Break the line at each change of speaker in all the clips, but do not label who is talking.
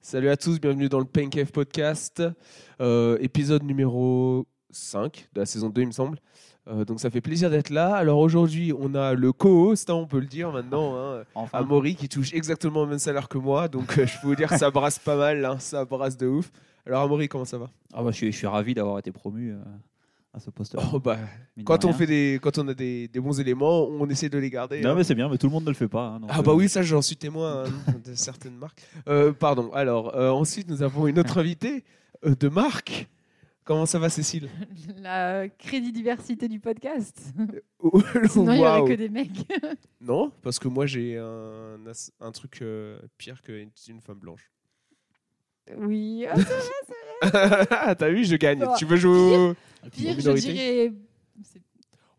Salut à tous, bienvenue dans le Pain Cave Podcast, euh, épisode numéro 5 de la saison 2, il me semble. Euh, donc ça fait plaisir d'être là. Alors aujourd'hui, on a le co-host, hein, on peut le dire maintenant, hein,
Enfin,
Amaury qui touche exactement le même salaire que moi. Donc euh, je peux vous dire que ça brasse pas mal, hein, ça brasse de ouf. Alors Amaury, comment ça va
ah bah, je, suis, je suis ravi d'avoir été promu euh, à ce poste.
Oh, bah, Quand on, fait des, quand on a des, des bons éléments, on essaie de les garder. hein.
Non, mais c'est bien, mais tout le monde ne le fait pas. hein, donc,
Ah bah
euh,
oui, ça j'en suis témoin hein, de certaines marques. Euh, pardon, alors euh, ensuite nous avons une
Ah.
autre invitée euh, de marque. Comment ça va Cécile
la crédit diversité du podcast.
Oh,
Sinon, il n'y
waouh.
aurait que des mecs.
Non, parce que moi j'ai un, as- un truc euh, pire qu'une une femme blanche.
oui. Ah,
T'as vu, je gagne. Tu veux jouer au...
Pire, je
Minorité
dirais. c'est-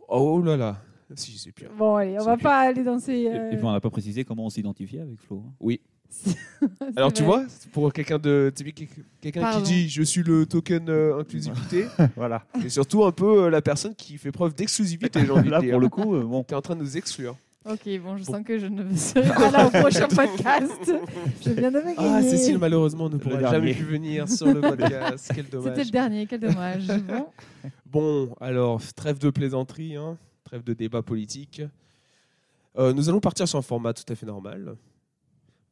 Oh là là. Si, c'est pire.
Bon, allez, on
C'est
va
pire.
pas aller dans ces.
Et, et
euh,
puis on n'a pas précisé comment on s'identifiait avec Flo. hein.
c'est
Alors tu
vrai.
vois, pour quelqu'un de typique- quelqu'un qui
Pardon.
dit je suis le token euh, inclusivité,
voilà.
et surtout un peu euh, la personne qui fait preuve d'exclusivité, j'ai envie de
Là,
dire.
pour le coup, euh, bon,
T'es en train de nous exclure.
Ok, bon, je sens que je ne serai pas là au prochain podcast. Je viens de me
Ah,
gagner.
Cécile, malheureusement, ne pourra
dernier.
jamais plus venir sur le podcast. Quel
C'était
dommage.
le dernier, quel dommage. Bon,
Bon, alors, trêve de plaisanterie, hein, trêve de débat politique. Euh, nous allons partir sur un format tout à fait normal.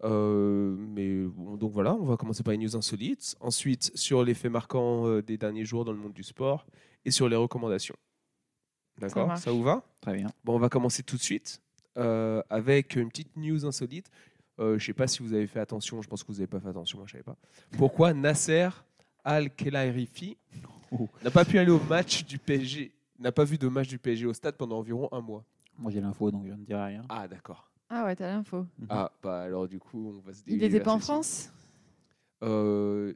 Euh, mais bon, donc voilà, on va commencer par les news insolites, ensuite sur les faits marquants euh, des derniers jours dans le monde du sport et sur les recommandations. D'accord
marche.
Ça vous va
très bien.
Bon, on va commencer tout de suite euh, avec une petite news insolite. Euh, je sais pas si vous avez fait attention, je pense que vous n'avez pas fait attention, moi je savais pas. Pourquoi Nasser Al-Khelaifi
Oh.
n'a pas pu aller au match du PSG, n'a pas vu de match du PSG au stade pendant environ un mois
Moi j'ai l'info, donc je ne dirai rien.
Ah d'accord.
ah ouais, t'as l'info.
Ah bah alors du coup on va se
Il
délier
n'était pas en
là-dessus.
France
Euh,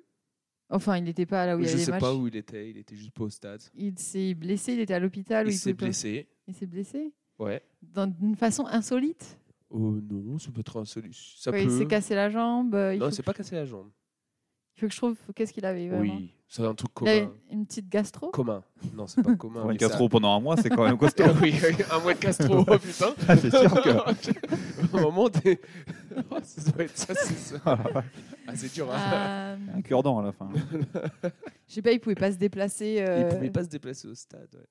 Enfin, il n'était pas là où il y
Je
avait
sais
des matchs.
pas où il était, il était juste pas au stade.
Il s'est blessé, il était à l'hôpital. où
il
Ah, il
s'est
pouvait pas-
blessé.
Il s'est blessé
Ouais.
D'une façon insolite
Oh non, ça peut être insolite. Ça
Ouais, Il
peut.
s'est cassé la jambe. euh, Il
Non,
faut
c'est pas cassé la jambe.
Il faut que je trouve qu'est-ce qu'il avait vraiment.
Oui, c'est un truc
Il avait
commun.
une petite gastro.
Commun. Non, c'est pas commun. mais ça-
pendant un mois, c'est quand même
Ah oui, un mois de Castro, oh putain.
c'est sûr que.
Au moment, t'es. Oh, ça doit être ça, c'est ça. Ah, c'est dur. Hein.
Euh,
Un cure-dent à la fin.
je sais pas, il pouvait pas se déplacer.
Il
euh,
pouvait pas se déplacer au stade. ouais.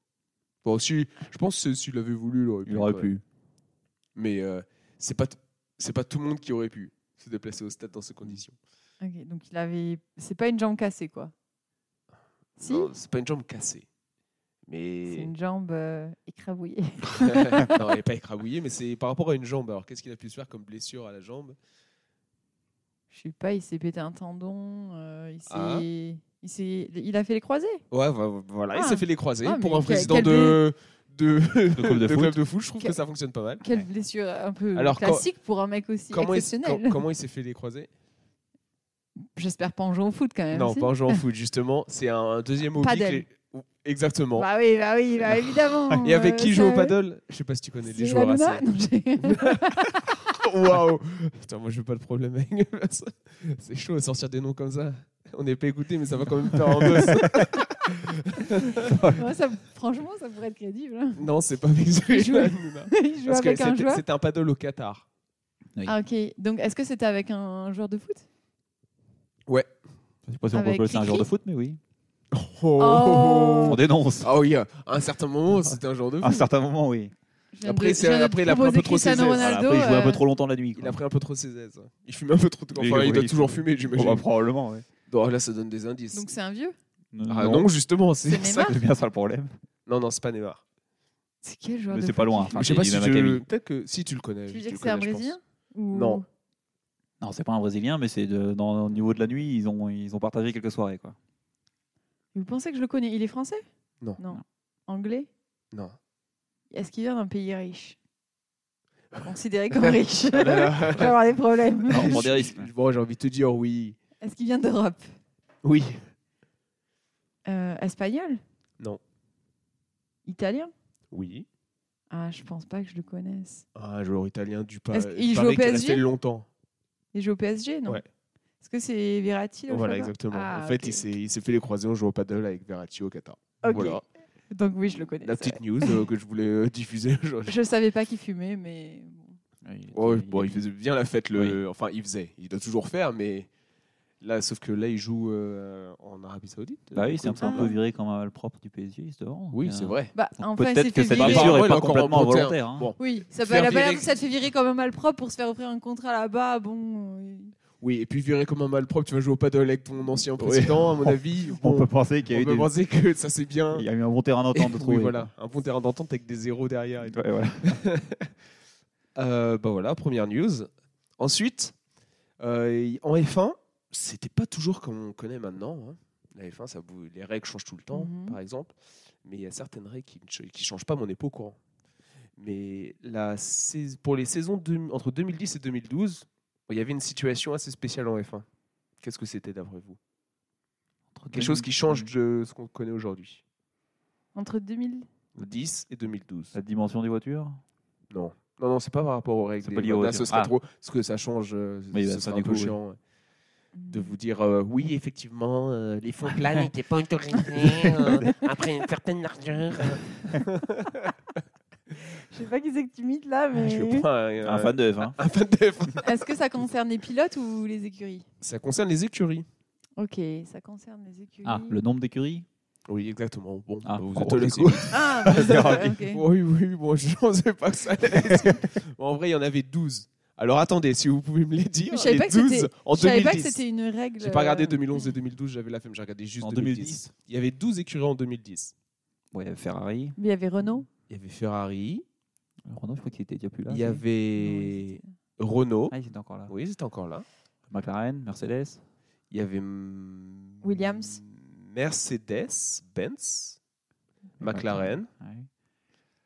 Bon, si, je pense que s'il l'avait voulu, il aurait pu.
Il aurait
quand même.
pu.
Mais euh, c'est pas, t- c'est pas tout le monde qui aurait pu se déplacer au stade dans ces conditions.
ok, donc il avait. C'est pas une jambe cassée quoi. Si,
Non, c'est pas une jambe cassée.
c'est
Mais.
une jambe euh, écrabouillée.
non, elle est pas écrabouillée, mais c'est par rapport à une jambe. Alors, qu'est-ce qu'il a pu se faire comme blessure à la jambe
je sais pas, il s'est pété un tendon. euh, il s'est.
Ah.
Il, s'est- il a fait les croisés.
Ouais, vo- voilà, il
Ah.
s'est fait les croiser
Ah,
pour
mais
un
quel-
président
quel
de, de,
club de
de
foot.
club de foot. Je trouve que
Quel-
ça fonctionne pas mal.
Quelle
Ouais.
blessure un peu
Alors, quand-
classique pour un mec aussi
Comment il, s-
exceptionnel.
com- comment il s'est fait les croiser
J'espère pas en jouant au foot quand même.
Non,
si
pas en jouant au foot, justement. C'est un, un deuxième hobby.
Paddle.
que les- Exactement.
Bah oui, bah oui, bah évidemment.
Et avec qui
euh,
joue au
ça-
paddle Je sais pas si tu connais les
Cyril
joueurs
Hanouna
assez.
Non, j'ai-
Waouh Putain, moi je veux pas de problème avec les personnes. C'est chaud à sortir des noms comme ça. On n'est pas écouté, mais ça va quand même faire un buzz.
Ouais, ça- franchement, ça pourrait être crédible. hein.
non, c'est pas avec
Il
Cyril
jouait-
Hanouna.
Il joue
Parce que
avec un
c'était
joueur.
c'était un paddle au Qatar.
Ah, ok. Donc, est-ce que c'était avec un joueur de foot
Je sais pas si on peut
Avec
appeler ça un
Kiki
jour de foot, mais oui.
Oh.
On dénonce.
Ah oui, à un certain moment, c'était un genre de
À un
foot.
certain moment, oui.
Je viens
Après,
de-
c'est-
je viens de
après, il a pris un
proposer
peu trop ses
Cristiano
ailes.
Voilà,
Ronaldo,
après, il jouait un peu
euh,
trop longtemps la nuit.
Il
quoi.
a pris un peu trop ses aises. ouais. Il fumait un peu trop de
Oui,
Enfin, il
oui,
doit
il
toujours
fume.
fumer,
Oh, bah,
j'imagine.
probablement, oui.
Bon, là, ça donne des indices.
Donc, c'est un vieux
ah, non. justement, c'est
C'est
ça.
Neymar
C'est bien ça le problème.
Non, non, c'est pas Neymar.
C'est quel joueur
Mais
de
c'est
foot
pas loin.
qui-
Enfin,
je sais
c'est
pas si
Dynamo
tu...
Academy.
Peut-être que si tu le connais.
Tu veux
tu
dire
le
que c'est un
connais, je pense.
Brésilien Ou-
Non.
Non, c'est pas un Brésilien, mais c'est de- dans au niveau de la nuit, ils ont ils ont partagé quelques soirées quoi.
Vous pensez que je le connais Il est français
Non.
Non.
Non.
Anglais
Non.
Est-ce qu'il vient d'un pays riche Considéré comme riche. Je
Ah
vais
là là.
avoir des problèmes.
Non, on prend des risques.
Bon, j'ai envie de te dire oui.
Est-ce qu'il vient d'Europe
Oui.
Euh, Espagnol
Non.
Italien
Oui.
Ah, je pense pas que je le connaisse.
Un joueur italien du pas.
Est-ce qu'il joue
paraît
au
qu'il est
PSG
resté longtemps.
Il joue au PSG, non
Ouais.
Est-ce que c'est Verratti le
Voilà,
joueur
exactement.
Ah,
en fait,
ok.
il s'est- il s'est fait les croisés en jouant au paddle avec Verratti au Qatar.
Ok.
Voilà.
Donc oui, je le connais.
La
c'est
petite news euh, que je voulais euh, diffuser aujourd'hui.
vrai. Je savais pas qu'il fumait, mais bon.
Ouais, il était-
Ouais,
il
Oh, bon, il
était-
faisait bien la fête. Le... Enfin, il faisait. Il doit toujours faire, mais Là, sauf que là, il joue euh, en Arabie Saoudite. Ah
Bah oui, c'est un peu, un
Ah.
peu viré comme un propre du PSG, il se devant.
Oui,
Donc,
c'est
euh,
vrai.
Bah,
donc
enfin,
Peut-être
c'est
que
fait
cette
virer.
virer.
Bah,
blessure
il
n'est
est
pas
encore
complètement
volontaire.
volontaire. hein.
Bon,
Oui, ça peut
Faire
la valeur
virer-
que ça te fait virer comme un malpropre pour se faire offrir un contrat là-bas. Bon, euh,
oui, et puis viré comme un malpropre, tu vas jouer au paddle avec ton ancien président, à mon avis.
On
Bon,
peut penser qu'il y a
on
eu
peut
des-
penser que ça c'est bien.
il y a eu un bon terrain d'entente de trouver.
Oui, voilà, un bon terrain d'entente avec des zéros derrière. et tout.
Ouais, voilà.
Euh, bah voilà, première news. Ensuite, euh, en F1, c'était pas toujours comme on connaît maintenant. hein. La F1, ça, bou- les règles changent tout le temps,
Mhm.
par exemple. Mais il y a certaines règles qui ne ch- qui changent pas, mais on n'est pas au courant. Mais la sais- pour les saisons de- entre 2010 et 2012, il y avait une situation assez spéciale en F1. Qu'est-ce que c'était d'après vous Quelque chose qui change de ce qu'on connaît aujourd'hui.
entre 2000.
10 et 2012.
La dimension des voitures
Non. Non, non, c'est pas par rapport aux règles.
C'est
des
pas lié
votes.
aux
Là, ce
voitures.
serait
Ah.
trop. Parce que ça change. euh,
Oui, bah,
ce
ça,
serait
du
un peu
coup, oui.
chiant ouais. de vous dire euh, oui, effectivement, euh, les fonds
Là, n'était pas autorisé euh, après une certaine largeur.
Je sais pas qui c'est que tu imites là, mais.
Ah, Je euh, prends un,
Un fan de F1.
un fan de F1.
Est-ce que ça concerne les pilotes ou les écuries
Ça concerne les écuries.
Ok, ça concerne les écuries.
Ah, le nombre d'écuries
Oui, exactement. Bon,
Ah,
bah, vous
bon,
êtes
du
laissé.
coup.
Ah, bah,
C'est
d'accord,
rapide.
ok.
Oui, oui, bon, je pensais pas que ça allait être- Bon, en vrai, il y en avait 12. Alors attendez, si vous pouvez me les dire.
Mais je savais
les
pas que
12
c'était-
en
Je savais pas que
2010.
c'était une règle.
J'ai pas regardé
euh,
2011 et 2012, j'avais la flemme, j'ai regardé juste
En
2010. Il y avait 12 écuries en 2010.
Ouais, Ferrari.
Mais il y avait Renault.
Il y avait Ferrari,
Renault, je crois qu'il était déjà plus là.
il y
c'est-
avait Renault.
Ah, il était encore là.
Oui, c'était encore là.
McLaren, Mercedes.
Il y avait mm,
Williams.
Mercedes, Benz, McLaren,
Ouais.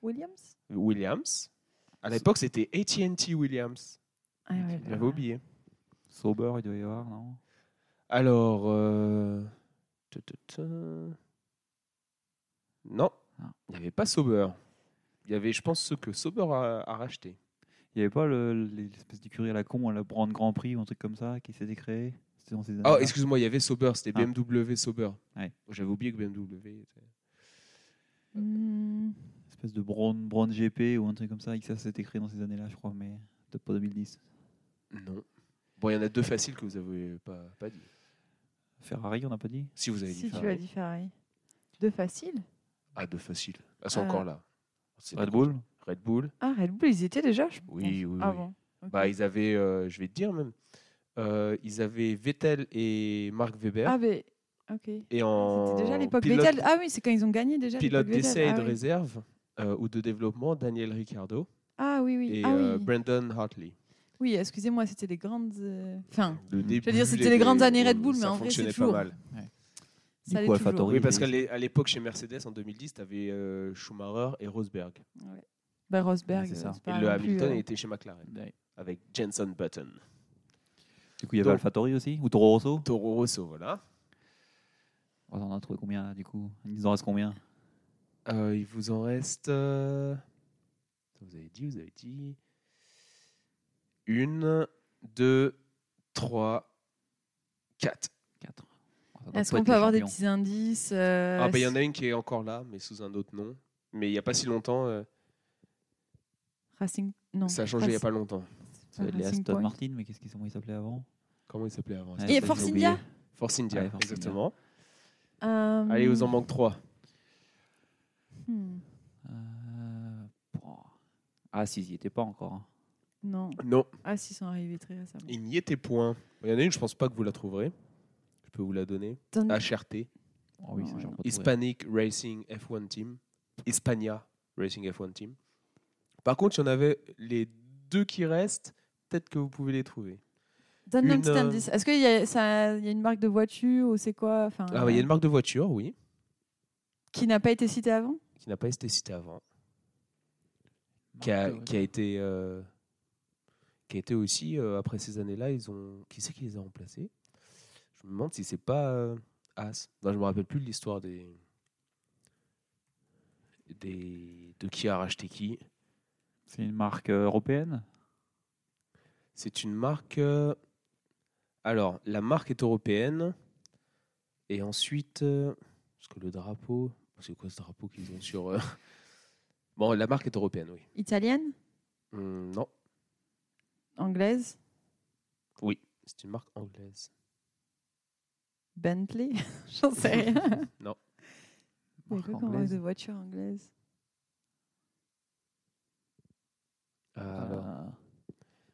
Williams
Williams. À l'époque, c'était AT&T Williams.
Ah ouais,
J'avais oublié.
Sauber, il doit y avoir, non
Alors, euh, ta, ta, ta. non,
Non.
il n'y avait pas Sauber. Il y avait, je pense, ce que Sauber a, a racheté.
Il n'y avait pas le- l'espèce d'écurie à la con, à la Brand Grand Prix ou un truc comme ça qui s'était créé C'était dans ces
Ah,
années-là.
excuse-moi, il y avait Sauber, c'était
Ah.
BMW Sauber. Oh,
Ouais.
J'avais oublié que BMW. était-
Hmm,
espèce de Braun, Braun GP ou un truc comme ça, et que ça s'était créé dans ces années-là, je crois, mais peut-être pas 2010.
Non. Bon, il y en a deux faciles que vous n'avez pas, pas dit.
Ferrari, on n'a pas dit
Si vous avez dit
Si tu
Ferrari.
as dit Ferrari. De facile
Ah, de facile. Ah, c'est
Euh,
encore là. C'est
Red
des-
Bull
Red Bull.
Ah, Red Bull, ils y étaient déjà, je pense.
Oui, oui,
Ah
oui.
bon. ok.
Bah, ils avaient, euh, je vais te dire même, euh, ils avaient Vettel et Marc Webber.
Ah, mais. Ok.
et en
C'était déjà à l'époque
pilote,
Vettel. Ah oui, c'est quand ils ont gagné déjà.
pilote
l'époque Vettel.
d'essai et
Ah
de
oui.
réserve euh, ou de développement, Daniel Ricciardo
Ah oui, oui.
et
ah, oui.
euh, Brandon Hartley.
oui, excusez-moi, c'était les grandes. euh, Enfin,
Le début
dire, c'était les
était-
grandes années Red Bull,
ça
mais en vrai,
fonctionnait
c'est toujours.
pas mal.
Du
ça allait
coup,
toujours.
AlphaTauri.
Oui, parce qu'à l'é- à l'époque, chez Mercedes, en 2010, tu avais euh, Schumacher et Rosberg.
Bah, Rosberg,
Ouais, c'est
ça,
ça.
c'est
Et
pas
le
non plus,
Hamilton
euh,
était chez McLaren
Ouais.
avec Jenson Button.
Du coup, il y avait
Donc-
AlphaTauri aussi Ou Toro Rosso
Toro Rosso, voilà.
Oh, On en a trouvé combien là, du coup Ils en restent combien
Euh, il vous en reste. euh, Vous avez dit, vous avez dit. Une, deux, trois, quatre.
4.
Est-ce qu'on peut avoir des petits indices euh,
Ah, bah, il y en a une qui est encore là, mais sous un autre nom. Mais il n'y a pas si longtemps, euh,
Racing. Non.
ça a changé il n'y a
Racing-
pas longtemps.
Ça va être les
Racing
Aston
Point.
Martin, mais qu'est-ce qu'ils comment ils s'appelaient avant
Comment il s'appelait avant Ah,
Ouais,
Et
ça,
Force
j'ai oublié.
India
Force India,
Ouais, Force India.
exactement.
Euh,
Allez, il vous en manque trois.
hmm,
Euh, bon. Ah, si, ils n'y étaient pas encore. hein.
Non.
Non,
Ah, si, ils sont arrivés très récemment.
il n'y était point. Il y en a une, je pense pas que vous la trouverez. Je peux vous la donner.
Donne-
HRT.
Oh, oui,
Non,
ça,
ouais,
j'aurais
non.
pas trouvé.
Hispanic Racing F1 Team, Hispania Racing F1 Team. Par contre, il y en avait les deux qui restent, peut-être que vous pouvez les trouver.
Donne-nous un
une,
petit
euh,
indice. Est-ce qu'il y, a- ça- il y a une marque de voiture ou c'est quoi enfin,
Ah, bah, il y a une marque de voiture, oui,
Qui n'a pas été citée avant
qui n'a pas été citée avant,
Marque
qui a,
de-
qui a été, euh, qui a été aussi, euh, après ces années-là, ils ont... qui c'est qui les a remplacés Je me demande si c'est pas euh, As. Non, je me rappelle plus de l'histoire des... des... de qui a racheté qui.
C'est une marque euh, européenne
C'est une marque. euh, Alors, la marque est européenne. Et ensuite. euh, Parce que le drapeau. C'est quoi ce drapeau qu'ils ont sur. euh, Bon, la marque est européenne, oui.
Italienne
Hum, non,
Anglaise
c'est une marque anglaise.
Bentley J'en sais rien.
Non.
Il y a
Marque
quoi comme marque
anglaise.
de voiture anglaise
Alors,
Euh,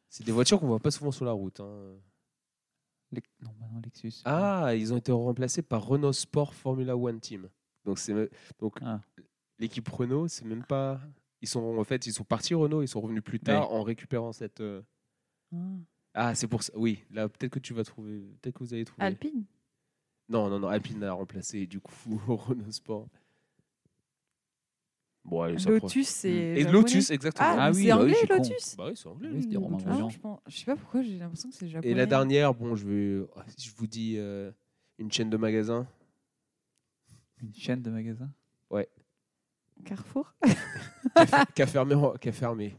c'est des voitures qu'on voit pas souvent sur la route. hein.
Lex- Non, bah non, Lexus.
Ah, ils ont été remplacés par Renault Sport Formula One Team. Donc c'est me- donc
Ah.
l'équipe Renault, c'est même pas. Ils sont en fait, ils sont partis Renault, ils sont revenus plus tard en récupérant cette. euh,
Ah.
Ah, c'est pour ça. Oui, là peut-être que tu vas trouver, peut-être que vous allez trouver.
Ah. Alpine
Non, non, non, Alpine l'a remplacé du coup Renault Sport. Bon, allez, ça approche.
Lotus, c'est.
Et
japonais.
Lotus, exactement.
Ah,
Ah
mais
oui,
c'est
bah oui,
anglais,
je suis con.
Lotus
Bah oui, c'est anglais.
Oui, c'est des romans
Ah,
voyants.
je, pense- je sais pas pourquoi, j'ai l'impression que c'est Ah, japonais.
Et la dernière, bon, je vais, oh, si je vous dis euh, une chaîne de magasins.
Une chaîne de magasins
Carrefour
qui a fermé, en- qui a fermé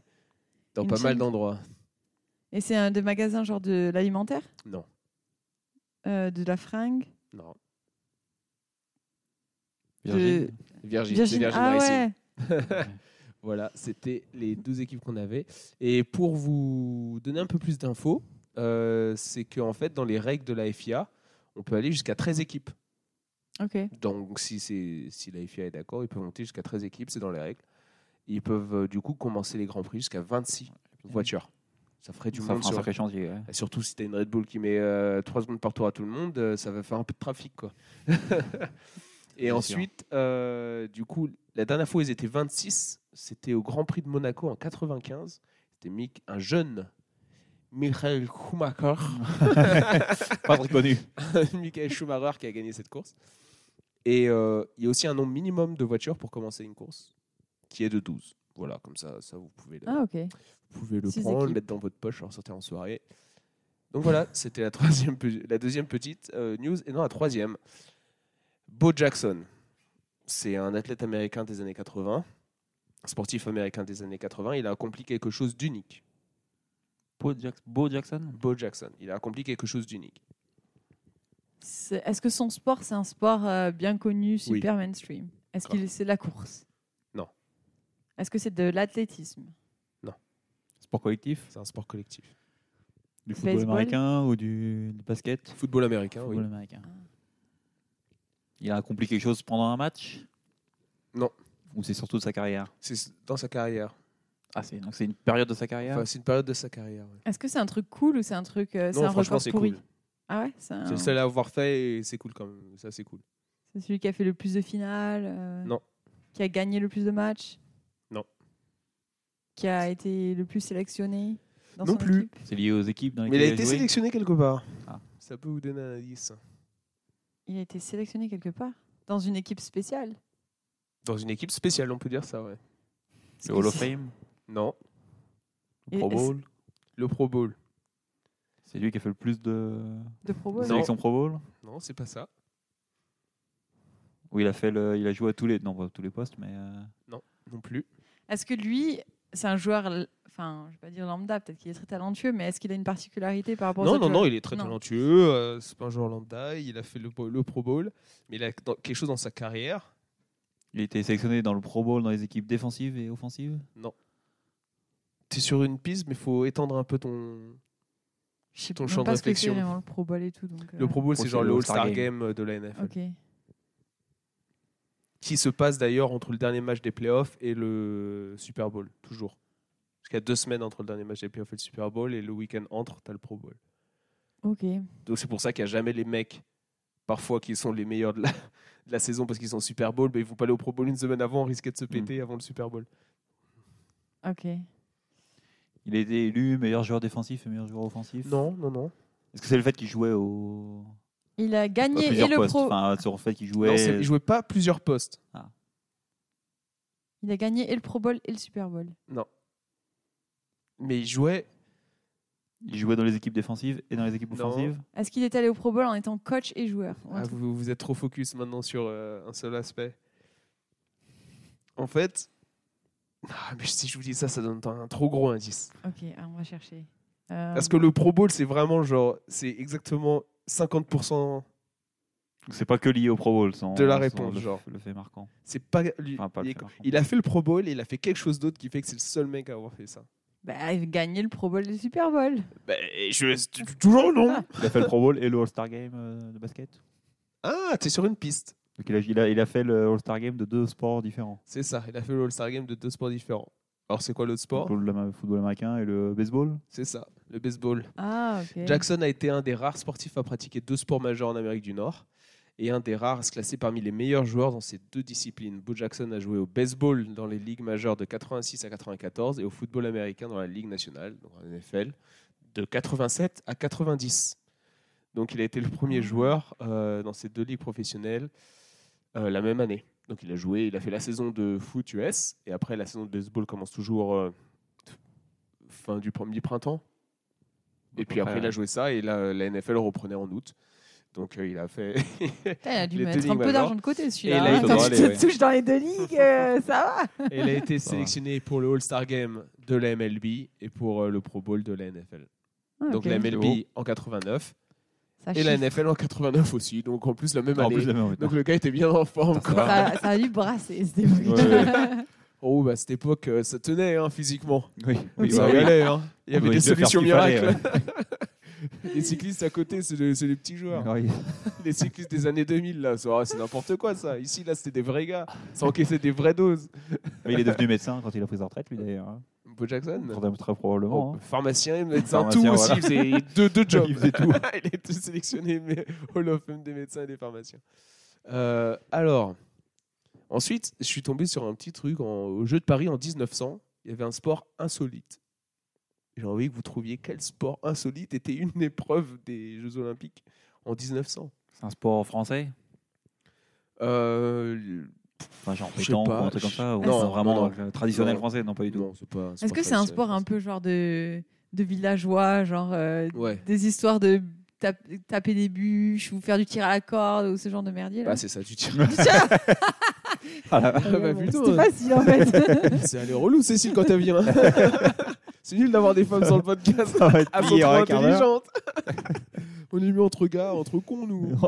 dans
Une
pas mal
chaîne.
d'endroits.
Et c'est un des magasins genre de l'alimentaire
Non.
Euh, De la fringue
Non,
Virgin.
Virgin, c'est
Virgin-
Virgin
Ah
Racing.
ouais
Voilà, c'était les deux équipes qu'on avait. Et pour vous donner un peu plus d'infos, euh, c'est qu'en fait, dans les règles de la FIA, on peut aller jusqu'à 13 équipes.
Ok.
Donc, si, c'est- si la FIA est d'accord, ils peuvent monter jusqu'à 13 équipes, c'est dans les règles. Ils peuvent euh, du coup commencer les Grands Prix jusqu'à 26 voitures. Ça ferait du
Ça
monde
fera un
sur-
sacré chantier. ouais.
Et surtout si t'as une Red Bull qui met 3 secondes par tour à tout le monde, euh, ça va faire un peu de trafic. Quoi. et
sûr.
ensuite, euh, du coup, la dernière fois, ils étaient 26. C'était au Grand Prix de Monaco en 95. C'était Mick, un jeune Michael Schumacher.
Pas très connu.
Michael Schumacher qui a gagné cette course. Et euh, il y a aussi un nombre minimum de voitures pour commencer une course, qui est de 12. Voilà, comme ça, ça vous pouvez le,
Ah, ok.
vous pouvez le
Six
prendre, le
équipes.
mettre dans votre poche, le ressortir en soirée. Donc voilà, c'était la, troisième, pe- la deuxième petite euh, news. Et non, la troisième. Bo Jackson, c'est un athlète américain des années 80, sportif américain des années 80. Il a accompli quelque chose d'unique.
Bo, Jack- Bo Jackson
Bo Jackson, il a accompli quelque chose d'unique.
C'est- Est-ce que son sport, c'est un sport euh, bien connu, super mainstream Est-ce
Grave.
que c'est la course
Non.
Est-ce que c'est de l'athlétisme
Sport collectif
C'est un sport collectif.
Du
Du
football
baseball
américain ou du, du basket
Football américain, oui.
Football américain. Il a accompli quelque chose pendant un match
Non.
Ou c'est surtout de sa carrière
C'est s- dans sa carrière.
Ah, c'est donc c'est une période de sa carrière
Enfin, c'est une période de sa carrière. ouais.
Est-ce que c'est un truc cool ou c'est un truc. euh, c'est
Non,
un
franchement,
record
c'est
pourri
cool.
Ah ouais C'est un-
C'est le seul à avoir fait et c'est cool quand même. Ça, c'est cool.
c'est celui qui a fait le plus de finales euh,
Non.
Qui a gagné le plus de matchs
Non.
Qui a été le plus sélectionné dans
Non
son
plus.
équipe
C'est lié aux équipes dans
Mais il a
lesquelles
été
joué
sélectionné quelque part.
Ah.
Ça peut vous donner un indice.
Il a été sélectionné quelque part Dans une équipe spéciale
Dans une équipe spéciale, on peut dire ça, ouais.
Le Hall of Fame
Non,
Le
Et-
Pro
et-
Bowl
le Pro Bowl.
C'est lui qui a fait le plus de
De Pro Bowl
Non.
sélections Pro Bowl
Non, c'est pas ça.
Où il a, fait le, il a joué à tous les, non, pas à tous les postes, mais euh,
Non plus.
Est-ce que lui, c'est un joueur, l- enfin, je vais pas dire lambda, peut-être qu'il est très talentueux, mais est-ce qu'il a une particularité par rapport aux
non,
autres
non, non,
joueurs
il est très
Non.
talentueux. euh, c'est pas un joueur lambda. Il a fait le, bo- le Pro Bowl. Mais il a dans- quelque chose dans sa carrière.
il a été sélectionné dans le Pro Bowl dans les équipes défensives et offensives.
T'es sur une piste, mais il faut étendre un peu ton.
Je sais
ton
même
champ de
pas ce que c'est
réflexion.
vraiment le Pro Bowl et tout. Donc,
Le
euh,
Pro Bowl, c'est
c'est
genre
le
le
All-Star
All-Star Game euh, de la NFL.
Ok.
Qui se passe d'ailleurs entre le dernier match des playoffs et le Super Bowl, toujours. Parce qu'il y a deux semaines entre le dernier match des playoffs et le Super Bowl, et le week-end entre, t'as le Pro Bowl.
Ok.
Donc c'est pour ça qu'il n'y a jamais les mecs, parfois, qui sont les meilleurs de la, de la saison parce qu'ils sont au Super Bowl, mais ils vont pas aller au Pro Bowl une semaine avant, risquer de se péter avant le Super Bowl.
Ok.
Il a été élu meilleur joueur défensif et meilleur joueur offensif.
Non, non, non.
Est-ce que c'est le fait qu'il jouait au...
Il a
à
gagné et
plusieurs
le
postes
Pro.
Enfin, sur le fait qu'il
Non,
jouait.
c'est- ils jouaient pas plusieurs postes.
Il a gagné et le Pro Bowl et le Super Bowl.
Mais ils jouaient.
Il jouait dans les équipes défensives et dans les équipes
Non.
offensives.
Est-ce qu'il est allé au Pro Bowl en étant coach et joueur ou un
Ah,
truc
vous, vous êtes trop focus maintenant sur euh, un seul aspect. En fait. Ah, mais si je vous dis ça, ça donne un trop gros indice.
Ok, ah, on va chercher. Euh,
Parce que le Pro Bowl, c'est vraiment genre. C'est exactement 50%.
Donc, C'est pas que lié au Pro Bowl. son-
De la
son-
réponse,
le,
genre.
Le fait marquant.
C'est pas. lui-
Enfin, pas le
il, est-
fait marquant.
il a fait le Pro Bowl et il a fait quelque chose d'autre qui fait que c'est le seul mec à avoir fait ça.
bah, il a gagné le Pro Bowl et le Super Bowl.
Ben, Bah, je, toujours non.
Il a fait le Pro Bowl et le All-Star Game euh, de basket.
Ah, t'es sur une piste.
Donc il a, il a, il a fait le All-Star Game de deux sports différents.
C'est ça. Il a fait le All-Star Game de deux sports différents. Alors, c'est quoi l'autre
Le
sport
football, le football américain et le baseball.
C'est ça, le baseball.
Ah, ok.
Jackson a été un des rares sportifs à pratiquer deux sports majeurs en Amérique du Nord et un des rares à se classer parmi les meilleurs joueurs dans ces deux disciplines. Bo Jackson a joué au baseball dans les ligues majeures de 86 à 94 et au football américain dans la Ligue nationale, donc en NFL, de 87 à 90. Donc il a été le premier joueur euh, dans ces deux ligues professionnelles euh, la même année. Donc il a joué, il a fait la saison de foot US et après la saison de baseball commence toujours euh, fin du premier printemps. Et puis après, il a joué ça et la, la NFL reprenait en août. Donc euh, il a fait.
Putain, il a dû
les deux
mettre un
ligues
peu
majeures.
d'argent de côté
Et
celui-là.
là, il
hein.
faudra
Quand tu
aller,
te
ouais.
touches dans les deux ligues, euh, ça va.
il a été
Ça va.
sélectionné pour le All-Star Game de la MLB et pour euh, le Pro Bowl de la NFL. Donc la
C'est
MLB
beau.
en 89
ça,
et la NFL en 89 aussi. Donc en plus la même
En
année.
plus, la même, oui.
Donc le gars était bien en forme.
Putain,
quoi.
ça, ça a dû brasser cette époque.
Ouais,
Oh, bah, à cette époque, euh, ça tenait hein, physiquement.
Oui, oui,
ça
bah oui.
allait, hein. Il y
On
avait des
devait faire ce
solutions
qu'il fallait,
miracles. Les cyclistes à côté, c'est des c'est des petits joueurs.
ouais. Oui.
Les cyclistes des années 2000, là, ça, ah, c'est n'importe quoi, ça. Ici, là, c'était des vrais gars. Ça encaissait des vraies doses.
Mais il est devenu médecin quand il a pris sa retraite, lui d'ailleurs. hein.
Bo Jackson
Très, très
Oh,
probablement. hein.
Pharmacien, médecin,
Pharmacien,
tout
voilà.
aussi. Il faisait deux, deux jobs.
Il faisait tout.
il était sélectionné mais, Hall of Fame des médecins et des pharmaciens. Euh, alors, ensuite, je suis tombé sur un petit truc. en- au Jeu de Paris en 1900, il y avait un sport insolite. J'ai envie que vous trouviez quel sport insolite était une épreuve des Jeux Olympiques en 1900.
C'est un sport français
Euh,
Enfin, genre
Je sais
pétanque ou
pas,
un truc comme ça ou
je-
c'est
non,
vraiment
non,
euh, traditionnel
non.
français Non, pas du tout.
non, c'est pas.
Est-ce que c'est un sport un peu genre de, de villageois, genre euh,
Ouais.
des histoires de tap- taper des bûches ou faire du tir à la corde ou ce genre de merdier là
Bah, c'est ça, tu tires.
Tiens
Ah, la-
Ah, bah, plutôt,
C'était
ouais.
facile en fait.
c'est aller relou, Cécile, quand elle vient. c'est nul d'avoir des femmes sur le podcast.
ça va être
Elles sont
pire,
trop
hein, quart d'heure.
intelligentes. On est mis entre gars, entre cons, nous.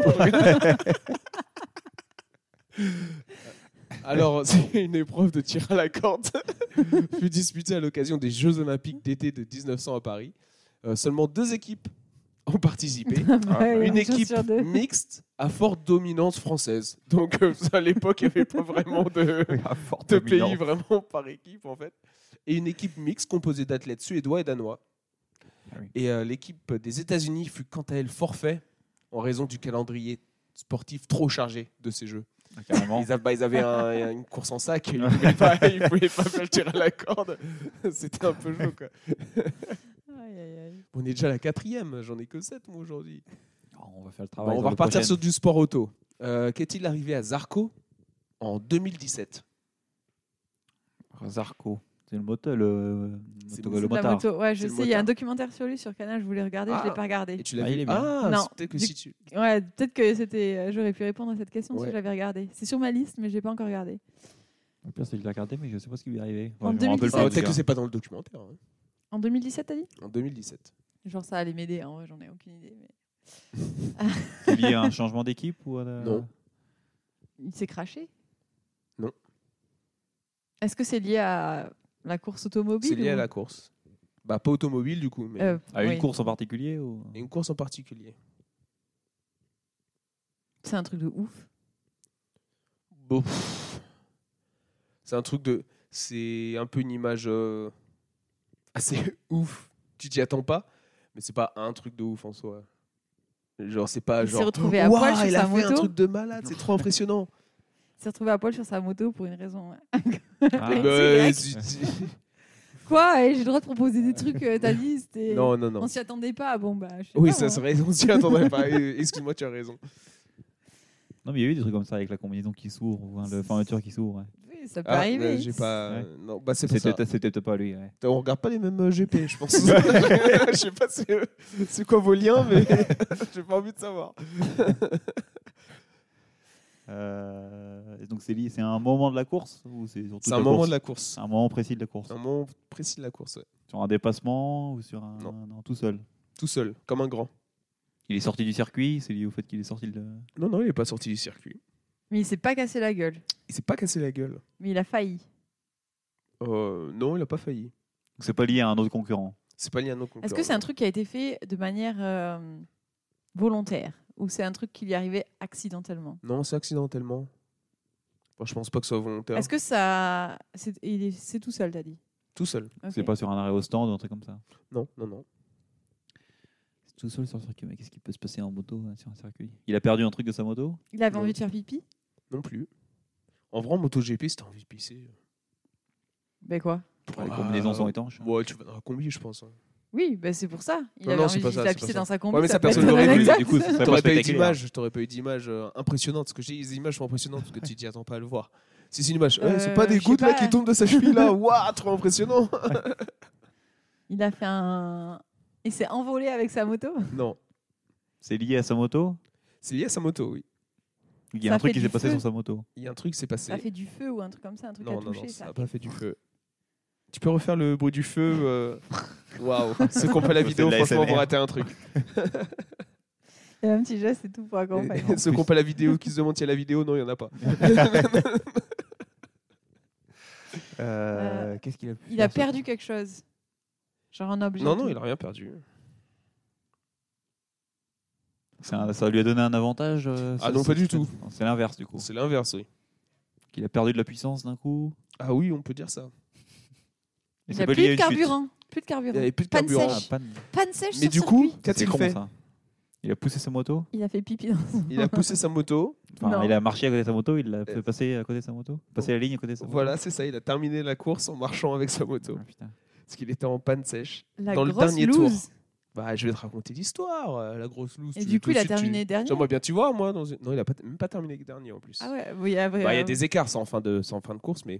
Alors, c'est une épreuve de tir à la corde. fut disputée à l'occasion des Jeux Olympiques d'été de 1900 à Paris. Euh, seulement deux équipes ont participé.
Ouais,
Une
une chance
équipe Mm.
sur deux.
mixte à forte dominance française. Donc, euh, à l'époque, il n'y avait pas vraiment de
Oui, à forte
deux
dominance.
pays vraiment par équipe en fait. Et une équipe mixte composée d'athlètes suédois et danois.
Ah oui.
Et euh, l'équipe des États-Unis fut quant à elle forfait en raison du calendrier sportif trop chargé de ces jeux.
Ah, Carrément.
Ils, avaient, bah, ils avaient un- une course en sac, et ils ne pouvaient, pas- ils pouvaient pas faire le tir à la corde. C'était un peu chaud. Quoi.
Aïe, aïe, aïe.
On est déjà à la quatrième, j'en ai que sept moi aujourd'hui.
Oh, On va faire le
Bon,
travail.
on
dans
va
le
repartir
prochaine.
sur du sport auto. Euh, Qu'est-il arrivé à Zarco en 2017
Zarco. C'est le moteur, le,
C'est-
moto-
c'est
le
C'est de la
motard.
moto. Ouais,
C'est
je
le
sais, il y a un
motard.
documentaire sur lui sur Canal, je voulais regarder, je
Ah.
l'ai pas regardé.
Et tu l'as
Ah,
vu
il est bien.
Ah,
Non.
c'est peut-être que
Du-
si tu...
Ouais, peut-être que c'était euh, j'aurais pu répondre à cette question
Ouais.
si j'avais regardé. C'est sur ma liste mais j'ai pas encore regardé.
Le pire, c'est que je l'ai regardé, mais je sais pas ce qui lui est arrivé.
En
je me rappelle
2017.
pas, en tout
Ah, Peut-être
cas.
que c'est pas dans le documentaire. hein.
En 2017, t'as dit
En 2017.
Genre ça allait m'aider en vrai, j'en ai aucune idée mais
C'est lié à un euh, changement d'équipe ou à la-
Non.
il s'est craché
Non.
Est-ce que c'est lié à la course automobile
C'est lié à
ou-
la course. Bah, pas automobile du coup, mais
Euh,
À Ah, une
oui.
course en particulier ou...
une course en particulier.
C'est un truc de ouf.
Bon. C'est un truc de. C'est un peu une image euh, assez ouf. Tu t'y attends pas, mais c'est pas un truc de ouf en soi. Genre, c'est pas
Il s'est
genre.
retrouvé à poil sur
il
sa
a fait un
moto.
truc de malade, c'est trop impressionnant.
Il s'est retrouvé à poil sur sa moto pour une raison.
Ah,
Ouais.
Bah,
vrai.
tu- tu-
Quoi Eh, J'ai le droit de proposer des trucs, euh, t'as dit c'était-
Non, non,
On
non.
s'y attendait pas, bon bah. je sais
Oui,
pas,
ça
moi.
serait. On s'y attendrait pas. Euh, Excuse-moi, tu as raison.
Non, mais il y a eu des trucs comme ça avec la combinaison qui s'ouvre ou hein, le fermeture qui s'ouvre. ouais.
Oui, ça peut
Ah,
arriver.
bah, j'ai pas.
Ouais.
Non, bah, c'est pas ça.
C'était c'était peut-être pas lui. ouais.
Putain, On regarde pas les mêmes euh, GP, je pense. je sais pas c'est, c'est quoi vos liens, mais j'ai pas envie de savoir.
Euh, et donc c'est lié- c'est un moment de la course ou c'est surtout
C'est un moment de la course.
un moment précis de la course
C'est un moment précis de la course, ouais.
Sur un dépassement ou sur un
Non.
tout seul.
tout seul, comme un grand.
Il est sorti du circuit, c'est lié au fait qu'il est sorti de.
Non, non, il est pas sorti du circuit.
Mais il s'est pas cassé la gueule.
Il s'est pas cassé la gueule.
Mais il a failli.
Euh, non, il a pas failli.
Donc c'est pas lié à un autre concurrent.
C'est pas lié à nos concurrents.
Est-ce que c'est un truc qui a été fait de manière euh, volontaire ou c'est un truc qui lui arrivait accidentellement
Non, c'est accidentellement. Enfin, je pense pas que ce soit volontaire.
Est-ce que ça. C'est il est- c'est tout seul, t'as dit
Tout seul.
Ok.
C'est pas sur un arrêt au stand ou un truc comme ça.
Non, non, non.
C'est tout seul sur le circuit. Mais qu'est-ce qui peut se passer en moto euh, sur un circuit Il a perdu un truc de sa moto
Il avait
Non.
envie de faire pipi
Non plus. En vrai, en MotoGP, si t'as envie de pisser.
Ben quoi
Les combinaisons sont étanches.
Ah. euh, Ouais, tu vas dans la combi, je pense. hein.
Oui, ben c'est pour ça. Il
Non,
avait
non, c'est
envie
pas
de
ça,
la
c'est
pisser
pas ça.
dans sa combi.
Ouais, mais
ça
ça,
peut être
personne
un
l'aurait vu,
anecdate.
du coup, ça serait
T'aurais pas eu
spectaculaire.
d'image, t'aurais pas eu d'image euh, impressionnante, parce que j'ai les images sont impressionnantes, parce que tu t'y attends pas à le voir. C'est une image. Ouais, c'est
Euh,
pas des
je sais
gouttes là
pas.
qui tombent de sa cheville là. Waouh, trop impressionnant.
Il a fait un. Il s'est envolé avec sa moto.
non,
C'est lié à sa moto
c'est lié à sa moto, oui.
Il y a
Ça
un truc
fait
qui
du
s'est passé
feu.
sur sa moto.
Il y a un truc qui s'est passé.
Ça a fait du feu ou un truc comme ça, un truc à
non, non,
toucher.
non, ça
a
n'a
fait-
pas fait du feu. Tu peux refaire le bruit du feu euh, Waouh, ceux qui ont pas la
C'est
vidéo,
de
franchement,
l'ASMR.
vous ratez un truc.
Il y a un petit geste, c'est tout pour accompagner.
en
Ceux qui n'ont
plus.
pas la vidéo, qui se demandent s'il y a la vidéo, non, il n'y en a pas.
Euh,
Qu'est-ce qu'il a pu
Il a perdu quelque chose. Genre un objet.
non, non, il n'a rien perdu.
Ça lui a donné un avantage euh,
Ah
ce-
non, pas
ce-
du tout.
Non, C'est l'inverse du coup.
C'est l'inverse, oui.
Qu'il a perdu de la puissance d'un coup.
Ah oui, on peut dire ça.
Et
Il n'y
c'est
a
pas
plus
lié à
de
une chute.
carburant. Plus de carburant.
Il n'y avait plus de
Panne
carburant.
Ah,
sèche.
panne.
Panne sèche
Mais
sur
du coup,
circuit.
C'est
qu'a-t-il
con,
fait
ça. Il a poussé sa moto
Il a fait pipi dans son-
Il a poussé sa moto.
Enfin,
Non.
Il a marché à côté de sa moto, il l'a fait
Euh.
passer à côté de sa moto Passer la ligne à côté de sa moto
Voilà, c'est ça. Il a terminé la course en marchant avec sa moto.
Ah, putain.
Parce qu'il était en panne sèche.
La
Dans le
grosse
dernier
loose.
Bah, je vais te raconter l'histoire, euh, la grosse loose.
Et
tu-
du
tout
coup,
de
il a
suite, tu-
terminé dernier.
J'aimerais bien, tu vois, moi. Dans une- Non, il n'a même pas terminé dernier en plus.
Ah ouais, oui, ah ouais,
Bah, il y a
euh,
des écarts, c'est en fin de, c'est en fin de course, mais.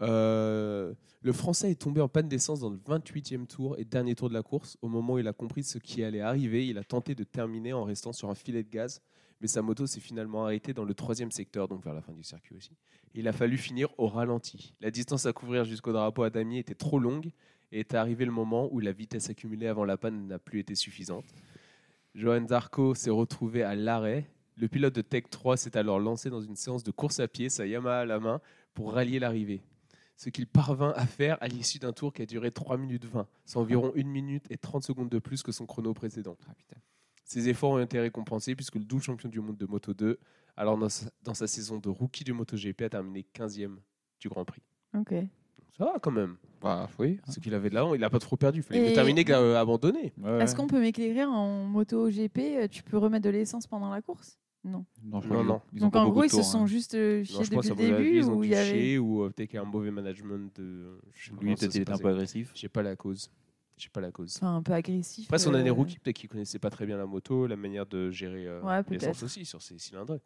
euh, le français est tombé en panne d'essence dans le 28e tour et dernier tour de la course. Au moment où il a compris ce qui allait arriver, il a tenté de terminer en restant sur un filet de gaz, mais sa moto s'est finalement arrêtée dans le troisième secteur, donc vers la fin du circuit aussi. Il a fallu finir au ralenti. La distance à couvrir jusqu'au drapeau à damier était trop longue et est arrivé le moment où la vitesse accumulée avant la panne n'a plus été suffisante. Johan Zarco s'est retrouvé à l'arrêt. Le pilote de Tech 3 s'est alors lancé dans une séance de course à pied, sa Yamaha à la main, pour rallier l'arrivée. Ce qu'il parvint à faire à l'issue d'un tour qui a duré 3 minutes 20. C'est environ 1 minute et 30 secondes de plus que son chrono précédent.
Ah, putain.
Ses efforts ont été récompensés puisque le double champion du monde de Moto 2, alors dans sa, dans sa saison de rookie du MotoGP, a terminé 15e du Grand Prix.
ok.
Ça va quand même. Bah
Ah,
oui. Ce qu'il avait de l'avant, il n'a pas trop perdu. Il fallait
Et-
mieux terminer euh, qu'abandonner.
Ouais, ouais.
Est-ce qu'on peut m'éclairer en moto GP euh, Tu peux remettre de l'essence pendant la course Non.
Non, je
Non,
crois qu'ils ont-
non.
ils ont
Donc
pas
en
beaucoup
gros,
de
ils se
tours,
sont
hein.
juste euh,
Non,
chiés
je pense à
depuis le
mon avis,
début
ils ont
ou il y avait.
touché ou euh, peut-être qu'il y a un mauvais management de. Je sais pas
Lui,
comment ça
peut-être
s'est
il était un
passé.
peu agressif.
J'ai pas la cause. J'ai pas la cause.
Enfin, un peu agressif.
Après, si on a des
euh,
rookies, peut-être qu'ils connaissaient pas très bien la moto, la manière de gérer euh,
Ouais,
l'essence
peut-être.
aussi sur ces cylindres.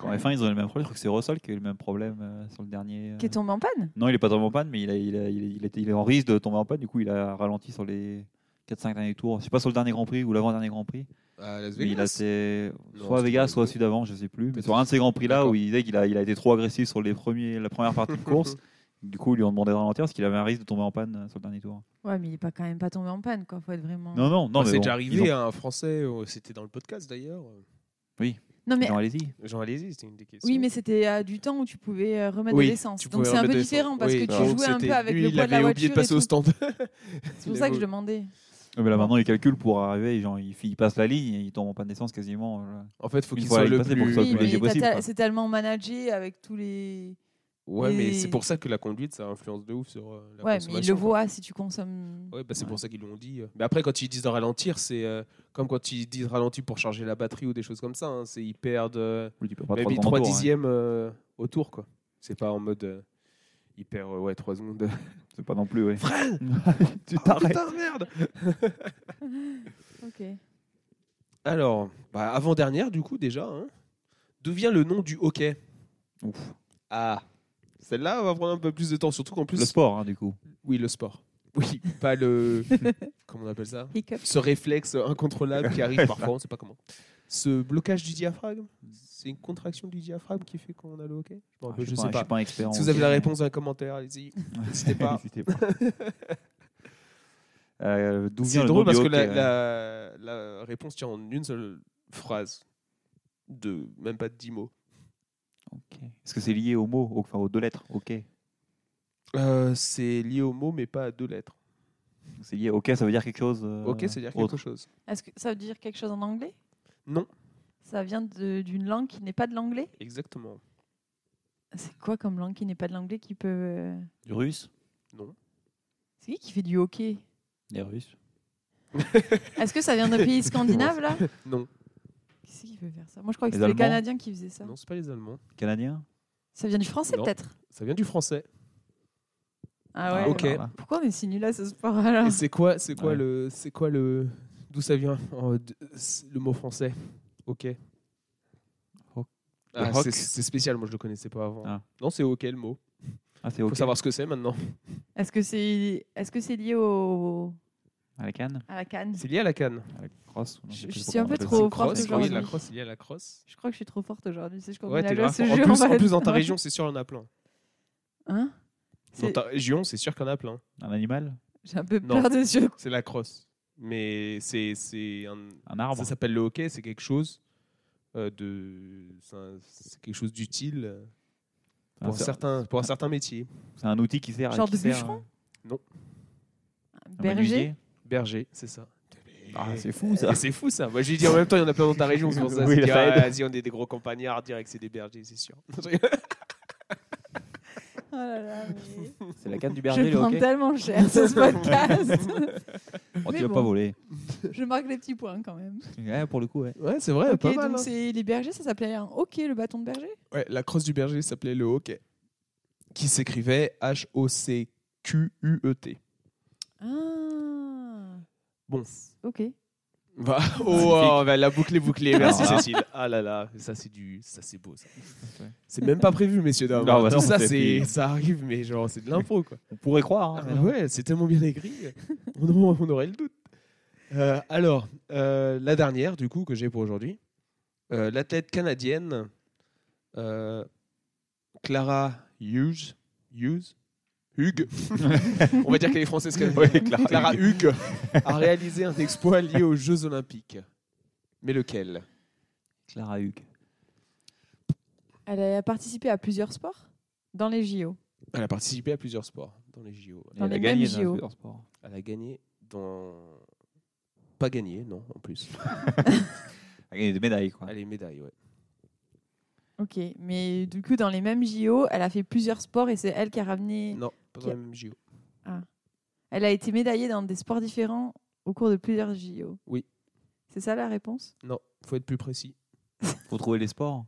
En F1, ils ont le même problème. Je crois que c'est Russell qui a eu le même problème euh, sur le dernier. euh.
Qui est tombé en panne
Non, il n'est pas tombé en panne, mais il, a- il, a- il, a- il était- il est en risque de tomber en panne. Du coup, il a ralenti sur les 4-5 derniers tours. Je sais pas sur le dernier Grand Prix ou l'avant-dernier Grand Prix.
À Las
Mais il a été
Non,
soit à
c'était
Vegas,
Las
soit
Vegas.
Sud avant, je sais plus. Mais
Peut-être.
sur un de ces Grands Prix-là, où
D'accord.
il disait qu'il a, il a été trop agressif sur les premiers, la première partie de course. Du coup, ils lui ont demandé de ralentir parce qu'il avait un risque de tomber en panne euh, sur le dernier tour.
Ouais, mais il est pas quand même pas tombé en panne, quoi. Faut être vraiment.
Non, non, non. mais
Ah. Bah, c'est
bon,
déjà
ils
arrivé hein.
ont-
à un Français, euh, c'était dans le podcast d'ailleurs. euh,
Non, mais
Non, allez-y.
Jean Alési, c'était une des questions.
oui, mais c'était à du temps où tu pouvais euh, remettre
Oui,
de l'essence.
tu
Donc
pouvais
c'est un peu
remettre de
différent
l'essence.
parce
Oui,
que tu
donc
jouais un
c'était-
peu avec
lui,
le
il
poids de la
avait
voiture.
oublié de
et
passer au
tout.
stand.
C'est pour ça que je demandais.
Ah.
Ouais, Mais là, maintenant, il calcule pour arriver. Genre, il, il passe la ligne et il tombe en panne d'essence quasiment. euh,
En fait, faut
Une
qu'il
fois
soit
à
le
y passer pour que
plus.
ça soit
Oui,
plus
mais
possible,
t'as-
quoi.
c'est tellement managé avec tous les.
Ouais, mais c'est
Et-
pour ça que la conduite, ça influence de ouf sur euh, la
Ouais, mais il le
consommation. quoi.
voit si tu consommes.
Ouais, bah, c'est
Ouais.
pour ça qu'ils l'ont dit. Mais après, quand ils disent de ralentir, c'est euh, comme quand ils disent ralentir pour charger la batterie ou des choses comme ça. hein. C'est ils perdent euh,
Oui, tu peux pas
maybe
prendre
3
ton tour, hein.
dixièmes euh, au tour. quoi. C'est pas en mode euh, ils perdent euh, ouais, 3 secondes.
C'est pas non plus, ouais. Ah, tu t'arrêtes.
putain, merde
Ok.
Alors, bah, avant-dernière, du coup, déjà. hein. D'où vient le nom du hockey
Ouf.
Ah celle-là va prendre un peu plus de temps, surtout qu'en plus.
Le sport, hein, du coup.
Oui, le sport. Oui, pas le. Comment on appelle ça
Hiccup.
ce réflexe incontrôlable qui arrive parfois, on ne sait pas comment. Ce blocage du diaphragme, c'est une contraction du diaphragme qui fait qu'on a le hockey Je, me rappelle,
Ah,
je
suis
sais
Je
pas.
suis pas un expert. en
Si vous avez
hockey,
la
mais-
réponse dans les commentaires, allez-y. N'hésitez pas.
N'hésitez pas. Euh, D'où vient
C'est
le euh,
drôle
nom du
parce que la,
hockey, euh,
la- la réponse tient en une seule phrase, de même pas de dix mots.
ok. Est-ce que c'est lié au mot, au- enfin aux deux lettres Ok.
Euh, c'est lié au mot, mais pas à deux lettres.
C'est lié. Ok, ça veut dire quelque chose. euh,
Ok, c'est dire quelque
autre.
chose.
Est-ce que ça veut dire quelque chose en anglais
Non.
Ça vient de- d'une langue qui n'est pas de l'anglais
Exactement.
C'est quoi comme langue qui n'est pas de l'anglais qui peut. euh,
Du russe
Non.
C'est qui qui fait du hockey
Les Russes.
Est-ce que ça vient d'un pays scandinave là
Non.
Qui c'est qui peut faire ça Moi je crois que
Les
c'était les
Allemands
Canadiens qui faisaient ça.
Non, c'est pas les Allemands.
Canadiens
Ça vient du français
Non.
peut-être
Ça vient du français.
Ah ouais.
ok.
alors là.
Pourquoi on est si nuls à ce sport alors
Et c'est quoi, c'est quoi
Ouais.
le, c'est quoi le, d'où ça vient euh, de- c'est le mot français Ok.
Hoc-
Ah,
le hoc
c'est, c'est spécial, moi je le connaissais pas avant.
Ah.
Non, c'est ok le mot.
Ah, c'est
Faut
ok.
savoir ce que c'est maintenant.
Est-ce que c'est est -ce c'est lié au...
À la canne
à la canne
C'est lié à la canne.
À la crosse ou non,
Je-
sais plus
je
trop
suis un
comment on
peu
appelle ça.
trop au forte
crosse,
Crosse,
oui,
aujourd'hui.
la crosse, c'est lié à la crosse.
Je crois que je suis trop forte aujourd'hui. C'est je
Ouais, t'es
là
grave
ce
fort. en,
jeu.
plus,
on va
en plus, dans
être-
ta région, c'est sûr, il y en a plein.
Hein
Dans
C'est-
ta région, c'est sûr qu'il y en a plein.
Un animal
J'ai un peu
Non.
peur des yeux.
C'est la crosse. Mais c'est, c'est un,
Un arbre
Ça s'appelle le hockey, c'est quelque chose euh, de, c'est un- c'est quelque chose d'utile euh,
Ah,
pour
c'est-
certains, pour un certain métier.
C'est un outil qui sert à.
Genre
qui
de
sert à-
bûcheron
à
Berger
menuiser.
Berger, c'est ça.
Ah, c'est fou ça
Et c'est fou ça. Moi j'ai dit en même temps, il y en a plein dans ta région. C'est pour ça
Oui,
c'est
la
dire, ah,
Fed.
vas-y, on est des gros campagnards, dire que c'est des bergers, c'est sûr.
Oh là là, mais-
C'est la canne du
Je
berger, le
prends
hockey.
tellement cher ce podcast.
Oh,
Mais
tu vas
bon.
pas voler.
je marque les petits points quand même.
Ouais, pour le coup, ouais.
Ouais, c'est vrai, hein.
ok, donc c'est les bergers, ça s'appelait un hockey, le bâton de berger
Ouais, la crosse du berger s'appelait le hockey, qui s'écrivait H-O-C-Q-U-E-T.
Ah.
Bon.
Ok.
Bah, oh, oh, bah, la boucle est bouclée, merci
Alors là.
Cécile. Ah là là, ça c'est du, ça c'est beau ça. C'est même pas prévu, messieurs dames.
Non, bah
Tout
non,
ça,
c'est
c'est,
pris.
ça arrive, mais genre c'est de l'info quoi.
On pourrait croire. hein, mais non.
Ah, ouais, c'est tellement bien écrit, on, aurait- on aurait le doute. Euh, alors, euh, la dernière du coup que j'ai pour aujourd'hui, Euh, l'athlète canadienne euh, Clara Hughes, Hughes, Hugues. on va dire qu'elle est française canadienne.
Ouais, Clara
Clara Hugues a réalisé un exploit lié aux Jeux Olympiques. Mais lequel
Clara Hugues.
Elle a participé à plusieurs sports dans les JO.
Elle a participé à plusieurs sports dans les JO.
Elle
Dans les
a
mêmes
gagné dans
JO.
plusieurs sports.
Elle a gagné dans. Pas gagné, non, en plus.
Elle a gagné des médailles, quoi.
Elle est médaille, ouais.
Ok, mais du coup, dans les mêmes JO, elle a fait plusieurs sports et c'est elle qui a ramené.
Non, pas dans les mêmes JO.
Elle a été médaillée dans des sports différents au cours de plusieurs JO.
Oui.
C'est ça la réponse
Non, faut être plus précis.
Faut trouver les sports.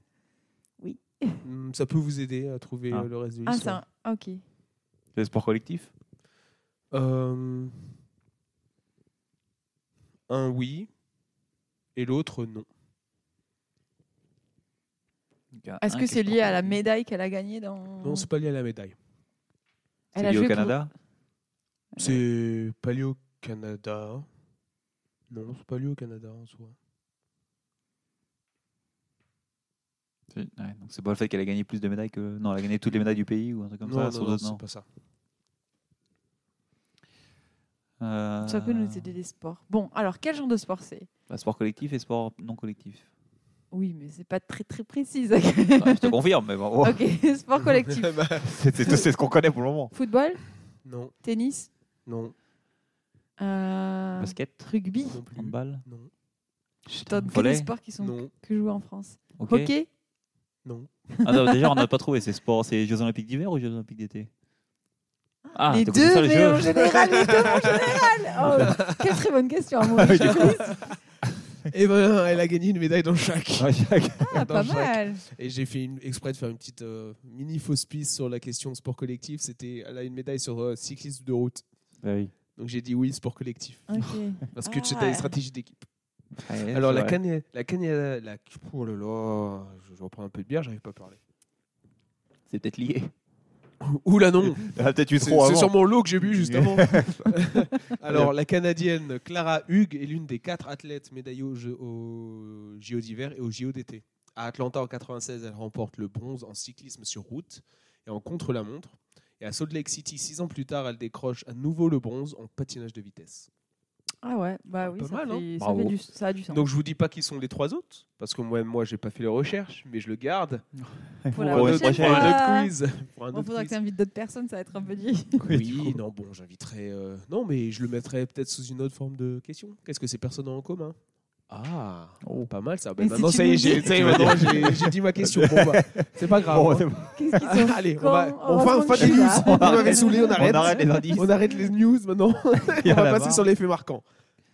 Hmm, Ça peut vous aider à trouver
Ah.
euh, le reste de
Ah, c'est
l'histoire.
un. ah, Ok.
Les sports collectifs
Euh, Un oui et l'autre non.
Est-ce que c'est lié à la médaille qu'elle a gagnée dans.
Non, c'est pas lié à la médaille.
Elle
C'est
a
lié au
joué pour-
Canada
C'est pas lié au Canada. Non, c'est pas lié au Canada en soi.
Ouais, donc c'est pas le fait qu'elle a gagné plus de médailles que. Non, elle a gagné toutes les médailles du pays ou un truc comme
non,
ça.
non,
sans
non,
doute,
c'est pas ça.
Euh,
Ça peut nous aider des sports. Bon, alors quel genre de sport c'est
bah, sport collectif et sport non collectif.
Oui, mais c'est pas très très précis. ça.
Bah, je te confirme, mais bon, oh,
ok, sport collectif.
Bah,
c'est c'est tout c'est ce qu'on connaît pour le moment.
Football,
non,
tennis,
non,
euh,
Basket,
rugby.
non plus.
handball,
Non,
Je donne que
volley.
des sports qui sont
non,
que joués en France.
ok.
Hockey,
non.
Ah, non, déjà, on n'a pas trouvé ces sports. C'est les Jeux Olympiques d'hiver ou les Jeux Olympiques d'été Ah,
les
t'as
deux,
compris ça, les
mais
Jeux
en général, les deux en général. Oh, quelle très bonne question. Ah, Amaury.
Ah
Et ben, elle a gagné une médaille dans chaque.
Ah, Jacques.
Ah, pas
Dans
mal.
Et j'ai fait une- exprès de faire une petite euh, mini fausse piste sur la question sport collectif. C'était, elle a une médaille sur euh, cyclisme de route.
Bah oui.
Donc j'ai dit oui, sport collectif.
Ok.
Parce que
Ah.
c'était une stratégie d'équipe.
Ah, Ouais,
Alors
c'est
la
vrai.
canne, la canne, la, oh là là, je je reprends un peu de bière, j'arrive pas à parler.
c'est peut-être lié.
Oula non,
Elle a Ah, peut-être eu
c'est
trop
c'est
avant.
sur mon lot que j'ai bu juste avant. Alors la canadienne Clara Hugues est l'une des quatre athlètes médaillées aux Jeux- aux JO d'hiver et aux JO d'été. À Atlanta en 96, elle remporte le bronze en cyclisme sur route et en contre-la-montre. Et à Salt Lake City, six ans plus tard, elle décroche à nouveau le bronze en patinage de vitesse.
Ah ouais, bah oui,
Pas
ça,
mal, hein.
fait, ça,
Bravo.
fait du, ça a du sens.
Donc je vous dis pas qui sont les trois autres, parce que moi, moi j'ai pas fait les recherches, mais je le garde
pour
la
la
prochaine
prochaine
pour
fois.
un
fois,
autre quiz. Pour un
on
autre
faudra que
quiz.
tu invites d'autres personnes, ça va être un peu dit.
Oui, non, bon, j'inviterai. euh, Non, mais je le mettrai peut-être sous une autre forme de question. Qu'est-ce que ces personnes ont en commun Ah,
Oh.
pas mal ça.
Et
Ben,
si
maintenant,
tu
ça
nous
y est,
dis-
j'ai- ça y est, maintenant, j'ai j'ai dit ma question. Bon, bah, c'est pas grave.
Bon,
hein.
c'est bon.
Qu'est-ce qu'ils ont
Allez, on va,
Quand-
on va fin
heureusement que
des
je suis
news.
là.
Vous m'avez saoulé, on arrête.
On arrête les indices.
On arrête les news maintenant.
Il y
on
en a
va passer
marre.
sur les faits marquants.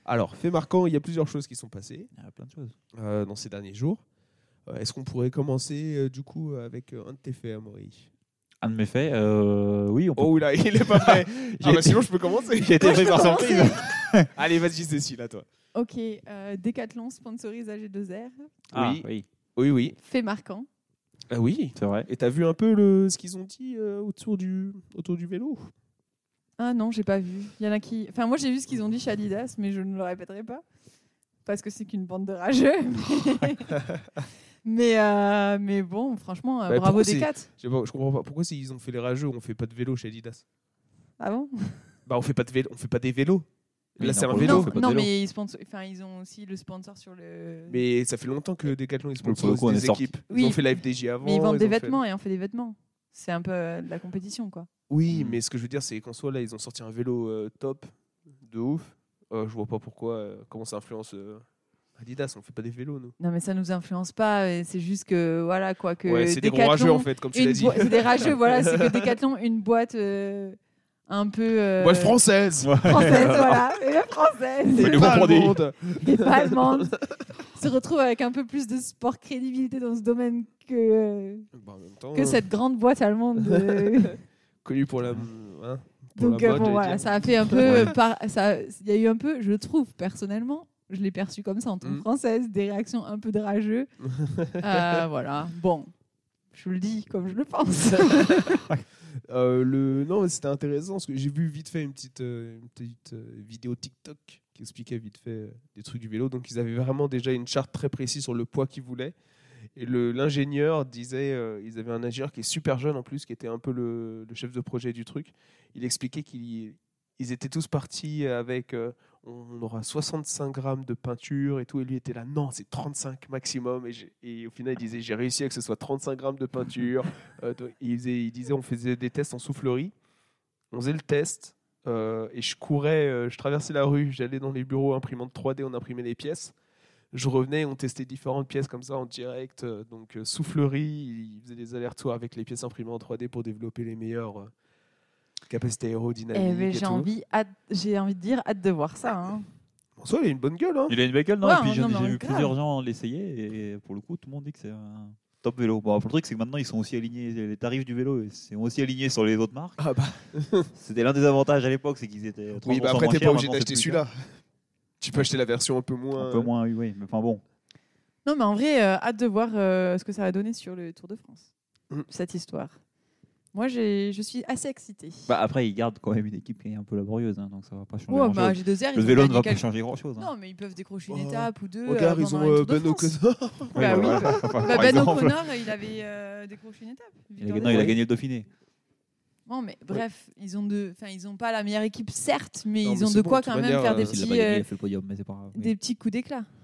Alors, faits marquants, il y a plusieurs choses qui sont passées
Il y a plein de choses.
euh, dans ces derniers jours. Euh, Est-ce qu'on pourrait commencer euh, du coup avec euh, un de tes faits, Amaury
Un de mes faits, euh, oui, on peut.
Oh là, il est pas prêt. Ah, bah, sinon, je peux commencer.
J'ai été pris par
commencer.
surprise.
Allez, vas-y, Cécile, à toi.
Ok, euh, Decathlon sponsorise AG2R,
Ah,
Oui.
oui,
Oui, oui.
fait marquant.
Ah oui.
c'est vrai.
Et t'as vu un peu le, ce qu'ils ont dit euh, autour, du, autour du vélo
Ah non, j'ai pas vu. Il y en a qui. Enfin, moi j'ai vu ce qu'ils ont dit chez Adidas, mais je ne le répéterai pas parce que c'est qu'une bande de rageux. mais euh, mais bon, franchement, euh,
Bah,
bravo
pourquoi c'est-
Decat.
Je sais pas, je comprends pas. Pourquoi s'ils ont fait les rageux, on fait pas de vélo chez Adidas
Ah bon
Bah, on fait pas de vélo, on fait pas des vélos.
Oui,
Là,
non,
c'est un
pour le
vélo.
coup, on fait pas de
Non,
vélo.
mais ils, sponsor- enfin, ils ont aussi le sponsor sur le. Mais,
Mais ça fait longtemps que Decathlon ils
Pour le coup,
sponsorisent
on est
des
sorti.
équipes. Ils
Oui.
ont fait la FDJ avant.
ils vendent des
ont fait-
vêtements et on fait des vêtements. C'est un peu euh, de la compétition, quoi.
Oui,
Mm.
mais ce que je veux dire, c'est qu'en soi, là, ils ont sorti un vélo euh, top de ouf. Euh, je vois pas pourquoi, euh, comment ça influence euh, Adidas. On fait pas des vélos, nous.
Non, mais ça nous influence pas. euh, C'est juste que voilà quoi que.
ouais, c'est des gros
Decathlon-
rageux, en fait, comme tu
une
l'as dit.
boi- C'est des rageux, voilà. C'est que Decathlon, une boîte euh, un peu. euh,
Boîte française
Française, voilà. Et la française.
C'est
le
pas
comprenez.
allemande.
et pas allemande se retrouve avec un peu plus de sport crédibilité dans ce domaine que,
Bah, en même temps,
que
hein,
cette grande boîte allemande. euh.
Connu pour la. hein, pour
Donc
la
euh,
mode,
bon,
j'allais
voilà,
dire.
ça a fait un
Ouais.
peu par- ça il y a eu un peu je trouve personnellement je l'ai perçu comme ça en tant que
Mm.
française des réactions un peu de rageux. Euh, voilà, bon. Je le dis comme je le pense.
Euh, le... Non, mais c'était intéressant parce que j'ai vu vite fait une petite, euh, une petite euh, vidéo TikTok qui expliquait vite fait euh, des trucs du vélo. Donc ils avaient vraiment déjà une charte très précise sur le poids qu'ils voulaient. Et le- l'ingénieur disait, euh, ils avaient un ingénieur qui est super jeune en plus, qui était un peu le, le chef de projet du truc. Il expliquait qu'ils ils étaient tous partis avec euh, on aura 65 grammes de peinture et tout. Et lui était là, non, c'est 35 maximum. Et, j'ai- et au final, il disait, j'ai réussi à que ce soit 35 grammes de peinture. Euh, donc, il, faisait- il disait, on faisait des tests en soufflerie. On faisait le test. euh, et je courais, euh, je traversais la rue, j'allais dans les bureaux imprimantes 3D, on imprimait les pièces. Je revenais, on testait différentes pièces comme ça en direct. euh, donc euh, soufflerie, il faisait des allers-retours avec les pièces imprimées en 3D pour développer les meilleures euh, capacités aérodynamiques.
Eh ben,
et
j'ai
tout.
envie hâte- j'ai envie de dire hâte de voir ça hein.
En soi, il a une bonne gueule. Hein
Il a une belle gueule, non
Ouais,
Et puis
non,
j'en-
mais
j'ai vu
grave.
plusieurs gens l'essayer et pour le coup, tout le monde dit que c'est un top vélo. Bon, le truc, c'est que maintenant, ils sont aussi alignés, les tarifs du vélo sont aussi alignés sur les autres marques.
Ah bah.
C'était l'un des avantages à l'époque, c'est qu'ils étaient. 30%
Oui, bah après,
moins
t'es pas
chers,
obligé
maintenant, c'est
d'acheter
plus
celui-là. Tu peux acheter la version un peu
cher.
moins.
Un peu moins, oui, oui. Mais enfin bon.
Non, mais en vrai, euh, hâte de voir euh, ce que ça va donner sur le Tour de France,
Mm.
cette histoire. Moi, j'ai- je suis assez excitée.
Bah, après, ils gardent quand même une équipe qui est un peu laborieuse, hein, donc ça va pas changer.
Ouais, bah,
grand-chose.
G2R, ils
le
ont
vélo ne
gagné
va pas
quelques-
changer hein. grand chose.
Non, mais ils peuvent décrocher une
Oh.
étape ou deux.
Regarde,
euh,
ils
pendant
ont
les
euh,
Tours de
Ben
France.
O'Connor.
bah oui. Bah, ben O'Connor, il avait euh, décroché une étape.
Il a,
Victor
non, il a
Delahaye.
gagné le Dauphiné.
Non, mais bref, ils ont de, enfin, ils ont pas la meilleure équipe, certes, mais
Non,
ils
mais
ont
c'est
de
bon,
quoi
de toute
quand même
manière,
faire des
euh,
S'il a
petits,
pas gagné, il
euh,
a fait le podium, mais c'est pas grave.
des petits coups d'éclat.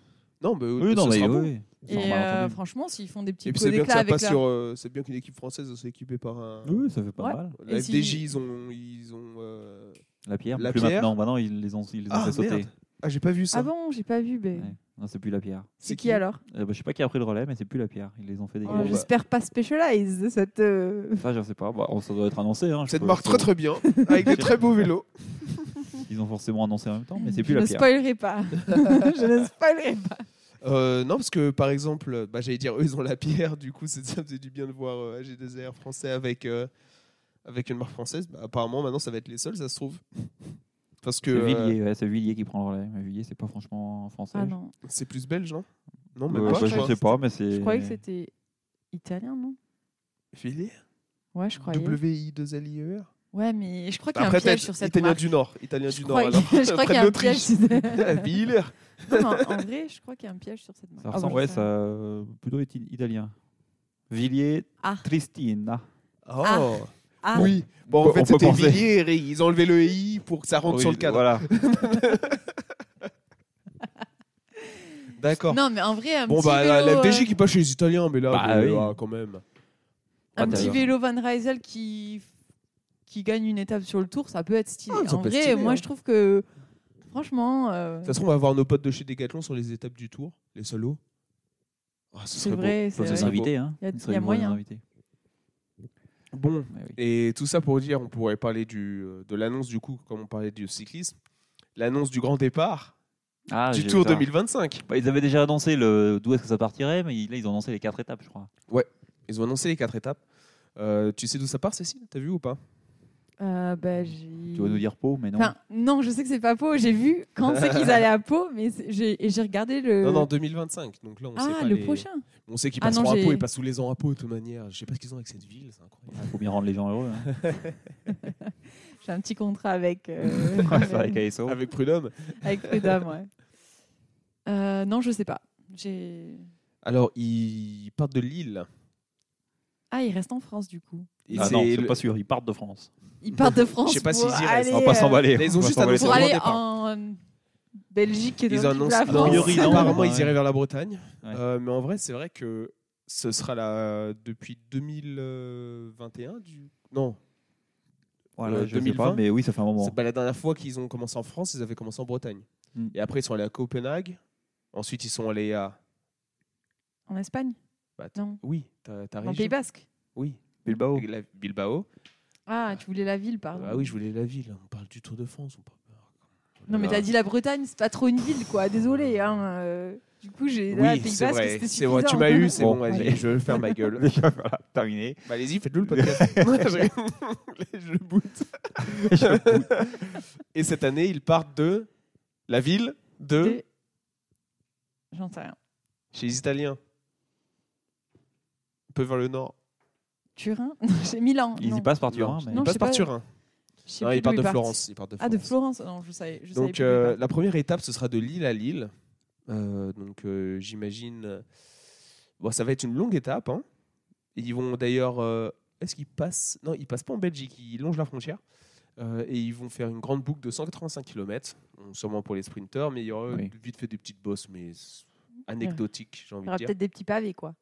Non, mais
Oui, non,
ce
mais
sera bon.
oui.
Et
Enfin, bah,
euh,
entendu.
franchement, s'ils font des petits
Et puis
coups
c'est bien que
d'éclat
ça
avec
passe
leur...
sur. euh, c'est bien qu'une équipe française soit équipée par un.
Oui, ça fait pas
Ouais.
mal.
La
Et si-
FDJ, ils ont. Ils ont euh,
La pierre,
La
plus
pierre.
maintenant. Maintenant, ils les ont, ils les ont
Ah,
fait sauter.
merde. Ah, j'ai pas vu ça.
Ah bon, j'ai pas vu. Ben.
Ouais. Non, c'est plus la pierre.
C'est qui, alors
Euh, bah, je sais pas qui a pris le relais, mais c'est plus la pierre. Ils les ont fait
Oh,
bah.
dégager.
J'espère pas Specialized cette. euh,
Ça, je sais pas. Bah, on- ça doit être annoncé. Hein, je
Cette
peux-
marque très très bien, avec des très beaux vélos.
Ils ont forcément annoncé en même temps, mais c'est plus
Euh, Je
la
ne
pierre.
spoilerai pas. je ne spoilerai pas.
Euh, non, parce que par exemple, bah, j'allais dire, eux ils ont la pierre, du coup c'est- ça faisait du bien de voir euh, AG2R français avec, euh, avec une marque française. Bah, apparemment maintenant ça va être les seuls, ça se trouve. Parce que
C'est
euh,
Villiers, ouais, c'est Villiers qui prend le relais. Mais Villiers, c'est pas franchement français.
Ah non,
c'est plus belge, non Non, mais
Euh,
pas,
bah,
je
je
crois.
sais pas, mais c'est.
je croyais que c'était italien, non
Villiers
Ouais, je croyais. E
W-I-2-L-I-E-R
Ouais, mais je crois qu'il y a un
Bah, Après
piège
peut-être
sur cette
Italien
marque.
du Nord. Italien
je
du Nord
crois,
alors.
je crois qu'il
Près
y a un
de l'Autriche.
piège.
Villiers
Non, mais en en vrai, je crois qu'il y a un piège sur cette marque.
Ça
Ah,
ressemble,
bon,
ouais,
ça-
ça, euh, plutôt iti- italien. Villiers,
Ah.
Tristina.
Oh
Ah. Ah,
Oui Bon
On
en fait
peut
c'était
penser.
Villiers et Ri. Ils ont enlevé le I pour que ça rentre
Oui,
sur le cadre.
Voilà.
D'accord.
Ah. Non, mais en vrai, un
Bon,
petit
bah, la,
vélo,
la
euh,
FDJ qui passe chez les Italiens, mais là, bon,
Bah, oui.
ah, quand même.
un
Ouais,
petit
d'ailleurs.
vélo Van Rysel qui qui gagne une étape sur le tour, ça peut être stylé.
Ah, ça
en
peut être
vrai,
stylé,
moi,
hein.
je trouve que franchement, euh,
De toute façon, on va voir nos potes de chez Decathlon sur les étapes du tour, les solos. Ah, ce
c'est
serait beau.
vrai, c'est
Ils peuvent
ça
les
vrai.
s'invite.
inviter, hein.
Y a-
Ils seraient
y a
les moyens
moyen.
d'inviter.
Bon,
Ouais, oui.
et tout ça pour dire, on pourrait parler du, euh, de l'annonce du coup, comme on parlait du cyclisme, l'annonce du grand départ
Ah, j'ai
du
vu
Tour
ça.
2025.
Bah, ils avaient déjà annoncé le... d'où est-ce que ça partirait, mais là, ils ont annoncé les quatre étapes, je crois.
Ils ont annoncé les quatre étapes. Euh, tu sais d'où ça part, Cécile T'as vu ou pas
Euh, bah, j'ai-
Tu vas nous dire Pau, mais non.
Enfin, non, je sais que c'est pas Pau. J'ai vu quand c'est qu'ils allaient à Pau, mais c'est- j'ai et j'ai regardé le.
Non, non, 2025. Donc là, on sait
Euh. ah,
pas
le
les-
prochain.
On sait qu'ils
Ah
passeront
non,
à Pau,
j'ai- Ah
ils passent tous les ans à Pau de toute manière. Je sais pas ce qu'ils ont avec cette ville, c'est incroyable.
Il faut bien rendre les gens heureux. hein.
J'ai un petit contrat avec euh,
Avec
avec,
ASO.
Avec Prud'homme.
avec Prud'homme, ouais. Euh, non, je sais pas. J'ai.
Alors, ils partent de Lille.
Ah, il reste en France du coup.
Et
Ah
c'est
non, c'est
le-
pas sûr, ils partent de France.
Ils partent de France.
Je sais pas
pour
s'ils y
aller,
restent.
on va pas
euh,
s'emballer.
Ils
on
ont
va
juste
s'emballer
annoncé
sur
Pour
le grand
le
aller
départ.
en euh, Belgique et
Ils
dans toute
annoncent
la
a
France.
priori, non.
apparemment
Ouais.
ils iraient vers la Bretagne.
Ouais.
Euh, mais en vrai, c'est vrai que ce sera là euh, depuis 2021 du non,
Voilà,
Euh,
je sais
2020.
pas, mais oui, ça fait un moment.
c'est pas la dernière fois qu'ils ont commencé en France, ils avaient commencé en Bretagne.
Mm.
Et après ils sont allés à Copenhague. Ensuite, ils sont allés à
En Espagne
Bah, t-
Non.
oui, ta, ta
En Pays
région.
Basque
Oui,
Bilbao.
la- Bilbao.
Ah, tu voulais la ville, pardon.
Ah oui, je voulais la ville. On parle du Tour de France, on parle.
Non, mais
Ah.
t'as dit la Bretagne, c'est pas trop une ville, quoi. Désolé. Hein. euh, Du coup, j'ai. là,
Oui,
Pays
c'est
Basque,
vrai,
c'était
c'est vrai. Tu
suffisant. hein.
m'as eu, c'est
Bon,
bon. vas-y,
allez.
je vais faire ma gueule.
voilà, terminé.
Bah, allez-y, faites-le le podcast. je je boot. Et cette année, ils partent de la ville de,
Des- J'en sais rien.
chez les Italiens. Un peu vers le nord.
Turin J'ai Milan.
Ils
non.
y passent par
Non,
Turin, mais
non,
ils passent
je sais
par
pas.
Turin.
Je sais
Non,
plus
ils
d'où
partent de
partent.
Florence. Ils partent de
Ah,
Florence.
de Florence Non, je savais. Je savais
Donc
plus d'où ils
euh,
partent.
la première étape, ce sera de Lille à Lille. Euh, donc euh, j'imagine, euh, bon, ça va être une longue étape. hein. Et Ils vont d'ailleurs, euh, est-ce qu'ils passent Non, ils passent pas en Belgique. Ils longent la frontière Euh, et ils vont faire une grande boucle de 185 km, sûrement pour les sprinteurs, mais il y aura
Oui.
vite fait des petites bosses, mais c'est anecdotiques, j'ai
Il
envie
y
de
aura
dire.
peut-être des petits pavés, quoi.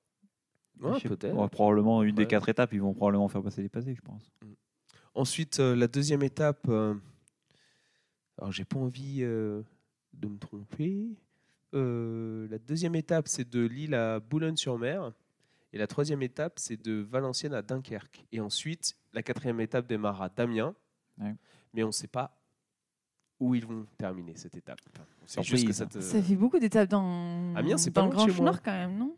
Ouais,
Je sais-
peut-être.
ouais, probablement une des
Ouais.
quatre étapes, ils vont probablement faire passer les passés, je pense.
Ensuite, euh, la deuxième étape. euh, alors, j'ai pas envie euh, de me tromper. Euh, la deuxième étape, c'est de Lille à Boulogne-sur-Mer. Et la troisième étape, c'est de Valenciennes à Dunkerque. Et ensuite, la quatrième étape démarre à Damien.
Ouais.
Mais on ne sait pas où ils vont terminer cette étape. On sait
Surprise.
juste que ça te-
Ça fait beaucoup d'étapes dans.
Euh, Amiens, c'est pas
dans le
loin de
Grand
chez moi.
Nord, quand même, non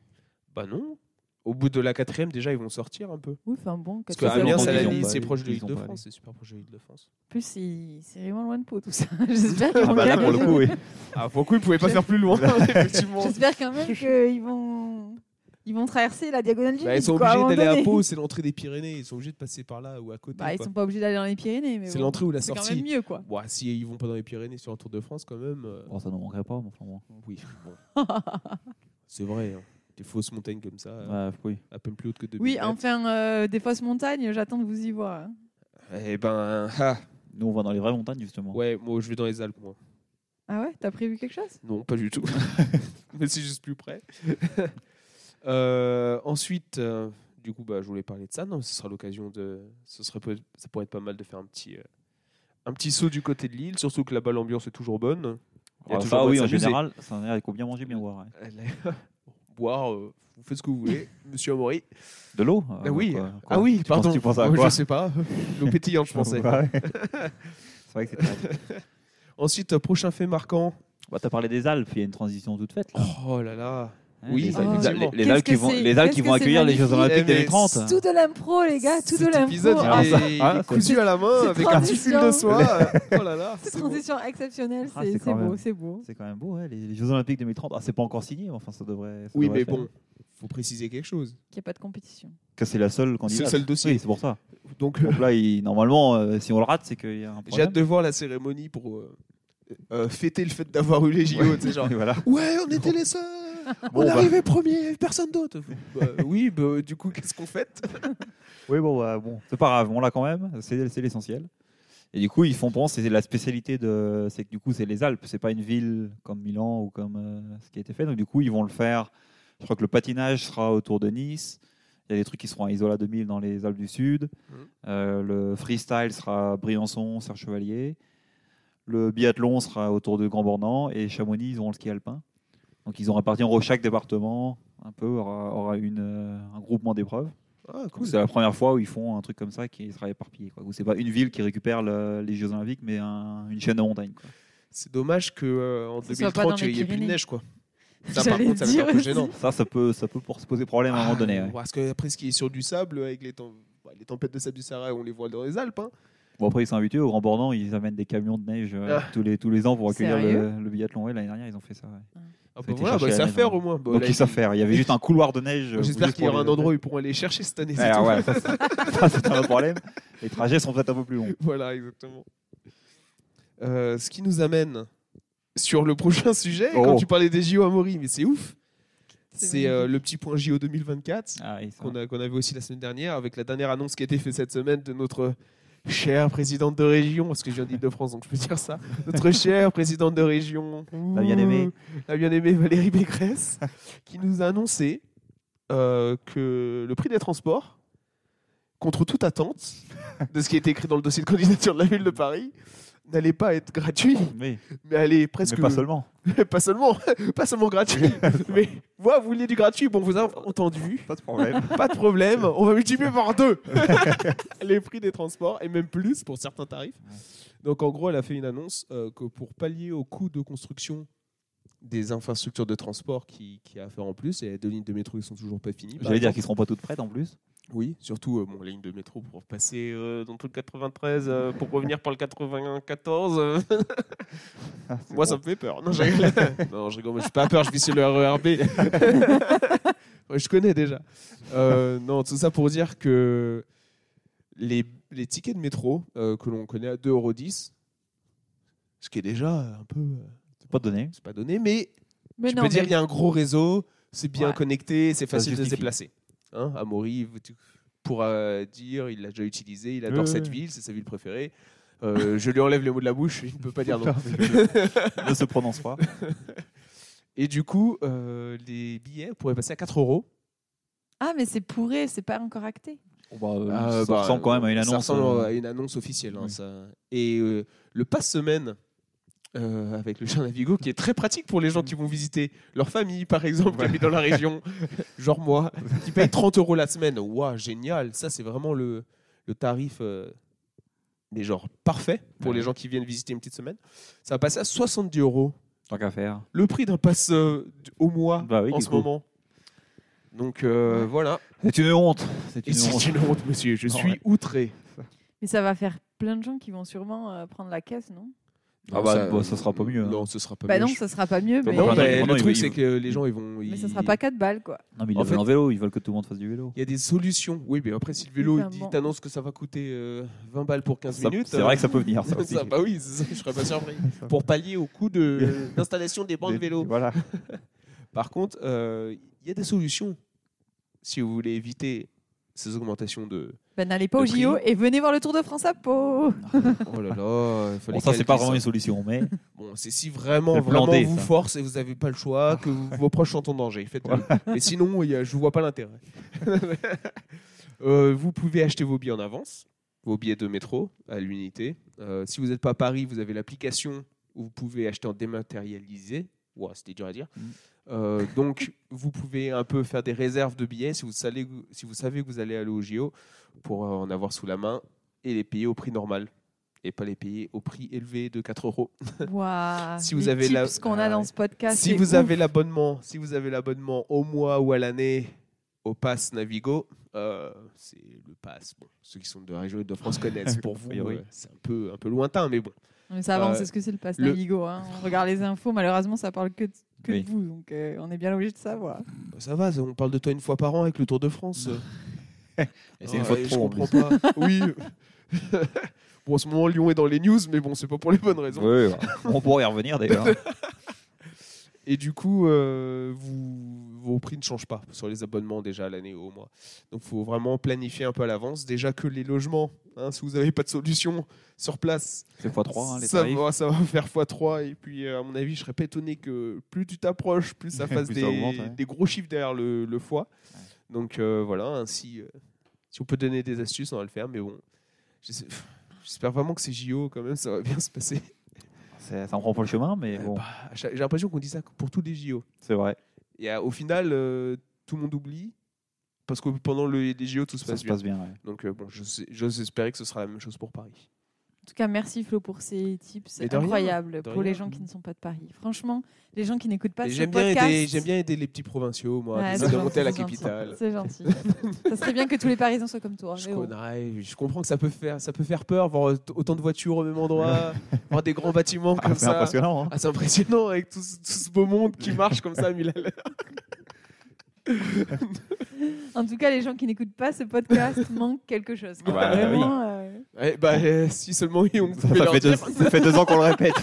Bah non. Au bout de la quatrième, déjà, ils vont sortir un peu.
Oui, enfin bon.
Parce que
Ça fait
Amiens,
longtemps
c'est à la
qu'ils ont
limite,
pas
c'est
allé.
proche de
Ils
l'île
ont
de
pas
France. C'est super proche de l'île de France.
En plus, il- c'est vraiment loin de Pau, tout ça. J'espère qu'ils vont
Bah, là,
bien
pour le
gagner.
coup, oui.
Ah, pour le coup, ils ne pouvaient pas faire plus loin, effectivement.
J'espère quand même qu'ils vont... Ils vont traverser la diagonale du
Bah,
Midi,
ils sont
quoi,
obligés
un moment
d'aller à
donné.
Pau, c'est l'entrée des Pyrénées. Ils sont obligés de passer par là ou à côté.
Bah, ils
quoi.
sont pas obligés d'aller dans les Pyrénées, mais
C'est
bon,
l'entrée ou la
c'est quand
sortie.
même mieux, quoi.
Bon, si ils vont pas dans les Pyrénées sur un Tour de France, quand même. euh,
Bon, Oh, ça ne manquerait pas, mais enfin bon.
Oui. bon. c'est vrai. hein. Des fausses montagnes comme ça, euh,
Ouais, oui.
à peine plus hautes que 2000
Oui,
mètres.
enfin, euh, des fausses montagnes, j'attends de vous y voir. hein.
Eh ben, ah,
Nous, on va dans les vraies montagnes, justement.
ouais, moi je vais dans les Alpes, moi.
Ah ouais T'as prévu quelque chose
Non, pas du tout. Mais c'est juste plus près. Euh, ensuite, euh, du coup, bah, je voulais parler de ça. Non, ce sera l'occasion de. Ce serait peut- ça pourrait être pas mal de faire un petit, euh, un petit saut du côté de l'île, surtout que là-bas l'ambiance est toujours bonne. Il y a
Ah,
toujours
ça,
moyen de
oui, en
s'amuser.
général, ça en est qu'on bien manger, bien boire. ouais.
Elle est- Boire, euh, vous faites ce que vous voulez, monsieur Amaury.
De l'eau euh,
Ah oui,
quoi- quoi.
ah oui
Tu penses-
pardon.
Tu penses à
Oh,
quoi Ah,
je sais pas, l'eau pétillante, je pensais.
Ouais. C'est vrai que c'est pas-
Ensuite, euh, prochain fait marquant.
Bah, T'as parlé des Alpes, il y a une transition toute faite. Là.
Oh là là.
Hein,
oui,
les,
effectivement.
les- les- les
Qu'est-ce
Alpes qui
que
vont,
c'est
les Alpes qui
Qu'est-ce
vont
que c'est
accueillir les Jeux
magnifique.
Olympiques
Eh, mais
2030.
Ah.
Tout de l'impro, les gars, tout
Cet
de
épisode,
l'impro.
il
Ah,
est,
ça-
il
ah,
est
c'est-
cousu à la main
cette
avec un petit fil de
transition.
soie. Oh là là.
Cette
c'est beau.
transition exceptionnelle,
Ah,
c'est
c'est
c'est
quand
beau,
même-
c'est beau.
C'est quand même beau, ouais, les, les Jeux Olympiques 2030. Ah, c'est pas encore signé, mais enfin, ça devrait. ça
Oui,
devrait
mais
faire.
bon, faut préciser quelque chose.
Qu'il n'y a pas de compétition.
Que c'est la seule candidate.
seul dossier.
Oui, c'est pour ça.
Donc,
Donc là, il- normalement, euh, si on le rate, c'est qu'il y a un
j'ai hâte
problème.
de voir la cérémonie pour euh, euh, fêter le fait d'avoir eu les JO. tu sais, genre,
Et voilà.
ouais, on était les seuls.
Bon,
on
bah.
arrivait premier, personne d'autre. Bah, oui, bah, du coup, qu'est-ce qu'on fête
Oui, bon, bah, bon, c'est pas grave, on l'a quand même, c'est c'est l'essentiel. Et du coup, ils font penser, c'est la spécialité de. C'est que du coup, c'est les Alpes, c'est pas une ville comme Milan ou comme euh, ce qui a été fait. Donc, du coup, ils vont le faire. Je crois que le patinage sera autour de Nice. Il y a des trucs qui seront à Isola 2000 dans les Alpes du Sud.
Mhm.
Euh, le freestyle sera à Briançon, Serre Chevalier. Le biathlon sera autour de Grand Bornand. Et Chamonix, ils auront le ski alpin. Donc, ils ont réparti en gros chaque département un peu aura, aura une, euh, un groupement d'épreuves.
Ah,
Donc,
cool.
C'est la première fois où ils font un truc comme ça qui sera éparpillé. Quoi. Où c'est pas une ville qui récupère le- les Jeux Olympiques, mais un- une chaîne de montagne. quoi.
C'est dommage que euh, en
Ça soit pas
2003
dans
tu- il n'y
les
ait plus de
Pyrénées.
neige quoi. Ça par
J'allais
contre ça va
dire
être un peu
aussi.
gênant.
Ça, ça peut, ça peut pour- se poser problème à un moment donné.
Ah,
ouais.
Parce que après ce qui est sur du sable avec les, tem- bah, les tempêtes de sable du Sahara, on les voit dans les Alpes. hein.
Bon, après, ils sont habitués. Au Grand Bornand, ils amènent des camions de neige euh,
Ah.
tous, les, tous les ans pour accueillir
Sérieux
le, le biathlon. Ouais, L'année dernière, ils ont fait ça. ouais.
Ah,
Ça
bah,
a été
voilà,
cherché
bah,
à
c'est
la
à
maison.
faire au moins. Bah,
Donc,
là,
ils savent faire. Il y avait juste un couloir de neige. euh,
J'espère
juste
qu'il y
pour
aura un
les-
endroit où ils pourront aller chercher cette année. c'est
Ah,
tout.
ouais, ça, c'est- ça, c'est un autre problème. Les trajets sont peut-être un peu plus longs.
Voilà, exactement. Euh, ce qui nous amène sur le prochain sujet, quand
Oh.
tu parlais des JO à Mori, mais c'est ouf.
C'est
C'est euh,
magnifique.
le petit point JO 2024
Ah, oui, ça
qu'on a, qu'on a vu aussi la semaine dernière, avec la dernière annonce qui a été faite cette semaine de notre chère présidente de région, parce que je viens d'Île-de-France, donc je peux dire ça. Notre chère présidente de région,
La bien-aimée.
la bien-aimée Valérie Pécresse, qui nous a annoncé euh, que le prix des transports, contre toute attente, de ce qui était écrit dans le dossier de candidature de la ville de Paris, n'allait pas être gratuit,
Mais,
mais allait
mais
presque
pas seulement.
pas seulement, pas seulement gratuit, mais moi vous vouliez du gratuit, bon vous avez entendu,
Pas de problème.
pas de problème, on va multiplier par deux les prix des transports et même plus pour certains tarifs. Donc en gros, elle a fait une annonce euh, que pour pallier au coût de construction des infrastructures de transport qui, qui a à faire en plus, et les deux lignes de métro qui sont toujours pas finies. par
J'allais dire
exemple.
qu'ils seront pas toutes prêtes en plus.
Oui, surtout euh, bon, les lignes de métro pour passer euh, dans tout le 93 euh, pour revenir par le 94. euh, Moi, ça me fait peur. Non, je rigole. non, je rigole, mais je suis pas peur, je vis sur le RERB. Ouais, je connais déjà. Euh, non, tout ça pour dire que les, les tickets de métro euh, que l'on connaît à 2,10€, ce qui est déjà un peu. euh,
C'est pas donné.
c'est pas donné, mais
Mais
tu
non,
peux dire
mais-
qu'il y a un gros réseau, c'est bien
Ouais.
connecté, c'est
Ça
facile
se
de se
justifie.
déplacer. Hein, Amaury vous- tu- pourra euh, dire, il l'a déjà utilisé, il adore
Ouais,
cette
ouais.
ville, c'est sa ville préférée. Euh, je lui enlève les mots de la bouche, il ne peut pas dire non.
ne se prononce pas.
Et du coup, euh, les billets pourraient passer à 4 euros.
Ah, mais c'est pourré, c'est pas encore acté.
Euh, ça
bah,
ressemble quand même à une
Ça
annonce.
ressemble
euh,
à une annonce officielle. hein,
oui.
ça. Et euh, le pass semaine euh, avec le chien Navigo, qui est très pratique pour les gens qui vont visiter leur famille, par exemple, qui habitent dans la région, genre moi, qui paye 30 euros la semaine. Waouh, génial! Ça, c'est vraiment le, le tarif. euh, mais genre parfait pour
Ouais.
les gens qui viennent visiter une petite semaine. Ça va passer à 70 euros.
Tant qu'à faire.
Le prix d'un pass euh, d- au mois
Bah oui,
en
du
ce
coup.
moment. Donc euh, voilà.
C'est une honte. C'est
Et
une honte.
C'est une honte, monsieur. Je
Non,
suis
ouais.
outré.
Mais ça va faire plein de gens qui vont sûrement euh, prendre la caisse, non
Ah bah, bah, ça sera pas mieux, hein.
Non, ce sera pas
Bah
mieux.
non,
je-
ça sera pas mieux, mais,
Non,
Pendant-
bah,
pendant-
le
ils-
truc,
ils-
c'est que les gens, ils vont.
mais
ils-
ça sera pas 4 balles, quoi.
Non, mais ils
En
le veulent
fait-
en vélo. Ils veulent que tout le monde fasse du vélo.
Il y a des solutions. Oui, mais après, si le vélo,
Enfin,
il dit,
bon.
t'annonce que ça va coûter euh, 20 balles pour 15
Ça-
minutes.
C'est vrai que ça peut venir. Ça
ça,
aussi.
bah oui, c'est ça, je serais pas surpris. Pour pallier au coût de- d'installation des bancs de vélo.
Voilà.
Par contre, euh, il y a des solutions. Si vous voulez éviter ces augmentations de.
Bah, n'allez pas
Le
au
prix.
JO et venez voir le Tour de France à Pau.
Oh là là, il fallait
Bon, ça, c'est
calculer
pas vraiment une solution, mais
Bon, c'est si vraiment,
C'est le plan
vraiment
D,
vous
ça.
force et vous n'avez pas le choix, que vous- vos proches sont en danger. Faites-le. Mais sinon, il y a- je ne vois pas l'intérêt. Euh, vous pouvez acheter vos billets en avance, vos billets de métro à l'unité. Euh, si vous n'êtes pas à Paris, vous avez l'application où vous pouvez acheter en dématérialisé. Ouah, c'était dur à dire.
Mm.
Euh, donc, vous pouvez un peu faire des réserves de billets si vous savez, si vous savez que vous allez aller au JO pour euh, en avoir sous la main et les payer au prix normal et pas les payer au prix élevé de 4 euros.
Waouh.
Si vous
les
avez
tips
la-
qu'on
Ah
a dans
ouais.
ce podcast.
Si
c'est
vous
ouf.
avez l'abonnement, si vous avez l'abonnement au mois ou à l'année au pass Navigo, euh, c'est le pass. Bon, ceux qui sont de la région de France connaissent. Pour vous,
priori.
euh, c'est un peu un peu lointain, mais bon.
Mais ça avance,
Euh,
c'est ce que c'est le pass
le-
Navigo. hein. On regarde les infos, malheureusement, ça parle que de, que de
Oui.
vous, donc euh, on est bien obligé de savoir.
Bah, ça va, ça- on parle de toi une fois par an avec le Tour de France.
Et c'est une
Ah,
fois de
et
trop, en
Je comprends pas. Oui. bon, en ce moment, Lyon est dans les news, mais bon, c'est pas pour les bonnes raisons.
on pourrait y revenir d'ailleurs.
Et du coup, euh, vous, vos prix ne changent pas sur les abonnements déjà à l'année ou au mois. Donc, il faut vraiment planifier un peu à l'avance. Déjà que les logements, hein, si vous n'avez pas de solution sur place,
C'est x3, hein, les
ça,
tarifs.
va, ça va faire x3. Et puis, euh, à mon avis, je serais pas étonné que plus tu t'approches, plus ça fasse
Plus
des,
ça augmente, ouais.
des gros chiffres derrière le, le foie. Donc, euh, voilà, ainsi, euh, si on peut donner des astuces, on va le faire. Mais bon, j'essa- j'espère vraiment que ces JO, quand même, ça va bien se passer.
C'est- Ça en prend pas le chemin, mais bon,
Bah, J'ai j'ai l'impression qu'on dit ça pour tous les JO.
c'est vrai.
Et euh, au final, euh, tout le monde oublie parce que pendant le, les JO, tout se
Ça
passe
se
bien.
passe bien. ouais.
Donc, euh, bon, je sais- j'ose espérer que ce sera la même chose pour Paris.
En tout cas, merci Flo pour ces tips
Mais de rien,
incroyables
de
pour les
rien.
gens qui ne sont pas de Paris. Franchement, les gens qui n'écoutent pas
Et
ce
J'aime bien,
podcast.
aider- j'aime bien aider les petits provinciaux, moi,
Ouais,
à
c'est
essayer de
gentil,
monter à la
c'est gentil.
capitale.
C'est gentil. ça serait bien que tous les Parisiens soient comme toi.
Je,
mais bon.
connais, je comprends que ça peut faire, ça peut faire peur, voir aut- autant de voitures au même endroit, voir des grands bâtiments
Ah,
comme
c'est
ça.
impressionnant. hein.
Ah, c'est impressionnant avec tout, ce- tout ce beau monde qui marche comme ça à mille à l'heure.
En tout cas, les gens qui n'écoutent pas ce podcast manquent quelque chose. quoi.
Bah,
Vraiment, euh,
Eh ben, euh, si seulement oui, on
Ça,
pouvait
ça
leur
fait deux,
dire.
ça fait deux ans qu'on le répète.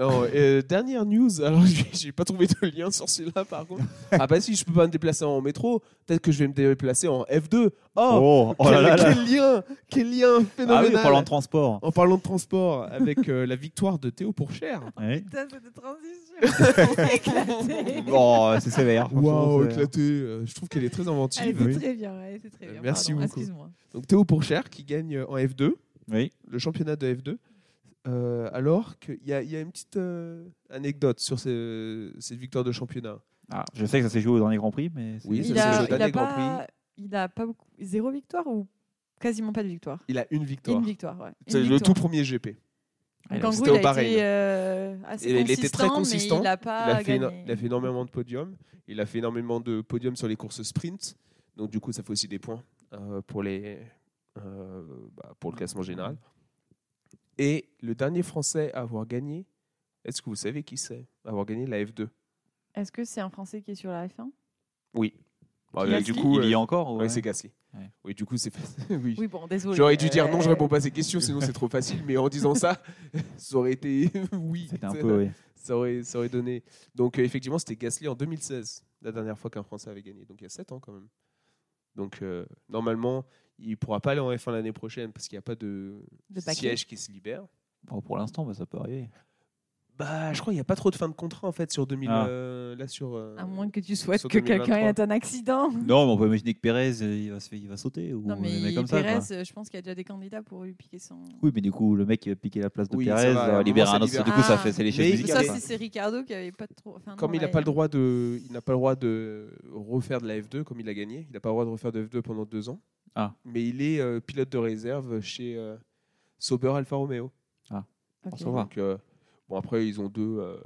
Non, euh, dernière news, alors j'ai j'ai pas trouvé de lien sur celui-là par contre. Ah bah si, je peux pas me déplacer en métro, peut-être que je vais me déplacer en F2. Oh,
Oh, oh
quel,
là là là.
quel lien Quel lien
Ah oui,
phénoménal
en parlant de transport.
En parlant de transport, avec euh, la victoire de Théo Pourchère.
Oui.
putain, cette transition. On s'est éclaté.
Oh, c'est sévère.
Waouh,
franchement, c'est-
éclaté euh, Je trouve qu'elle est très
Elle
inventive.
était
Oui.
très bien, elle était très
Euh,
bien.
merci
Pardon,
beaucoup.
Excuse-moi.
Donc Théo Pourchère qui gagne euh, en F2,
Oui.
le championnat de F2. euh, alors qu'il y, a- il y a une petite euh, anecdote sur ce- cette victoire de championnat.
Ah, je sais que ça s'est joué au dernier Grand Prix, mais c'est-
Oui,
Il
ça, c'est
a,
le
il a
dernier Grand
pas, il a pas beaucoup, zéro victoire ou quasiment pas de victoire.
Il a une victoire.
Une victoire, ouais. Une
C'est le
victoire.
tout premier GP.
Donc,
Alors,
en gros,
c'était au
Ah, il a
Bahreïn.
été euh, assez
Il était très consistant.
mais il n'a pas
Il a, fait éno-
Ah, gagné.
il a fait énormément de podiums. Il a fait énormément de podiums sur les courses sprint. Donc, du coup, ça fait aussi des points euh, pour, les, euh, bah, pour le classement général. Et le dernier Français à avoir gagné, est-ce que vous savez qui c'est à Avoir gagné la F2
Est-ce que c'est un Français qui est sur la F1
Oui.
Ah,
Bah,
Gasly.
du coup,
il y
euh,
a encore.
ouais,
ouais.
c'est Gasly.
Ouais.
Oui, du coup, c'est oui.
Oui, bon, désolé.
J'aurais dû dire non, je
Euh,
réponds pas à ces questions, sinon c'est trop facile. Mais en disant ça, ça aurait été oui.
C'était un peu. oui.
ça aurait, ça aurait donné. Donc euh, effectivement, c'était Gasly en 2016, la dernière fois qu'un Français avait gagné. Donc il y a 7 ans quand même. Donc euh, normalement, il pourra pas aller en F1 l'année prochaine parce qu'il n'y a pas de,
de paquet.
siège qui se libère.
Bon, pour l'instant, bah, ça peut arriver.
Bah, je crois qu'il n'y a pas trop de fin de contrat en fait sur 2000.
Ah.
euh, là sur. euh,
À moins que tu souhaites
sur
que quelqu'un
2023.
ait un accident.
Non, mais on peut imaginer que Pérez, euh, il va, se, il va sauter. Ou
Mm. Non, mais,
un mec comme ça,
Pérez,
quoi.
euh, je pense qu'il y a déjà des candidats pour lui piquer son.
Oui, mais du coup, le mec qui va piquer la place de
Oui, ça
Pérez,
va, à un
va
moment,
libérer
ça
un autre.
libère.
Du coup, ça
Ah.
fait c'est les
Mais
chaises
il-
Ça,
musicales. quoi.
c'est c'est Ricardo qui avait pas trop. enfin,
Comme
non,
il n'a
ouais.
pas le droit de, il n'a pas le droit de refaire de la F2 comme il a gagné. Il n'a pas le droit de refaire de F2 pendant deux ans.
Ah.
Mais il est euh, pilote de réserve chez euh, Sauber Alfa Romeo.
Ok.
Ça va.
Donc, euh, bon, après, ils ont deux, euh,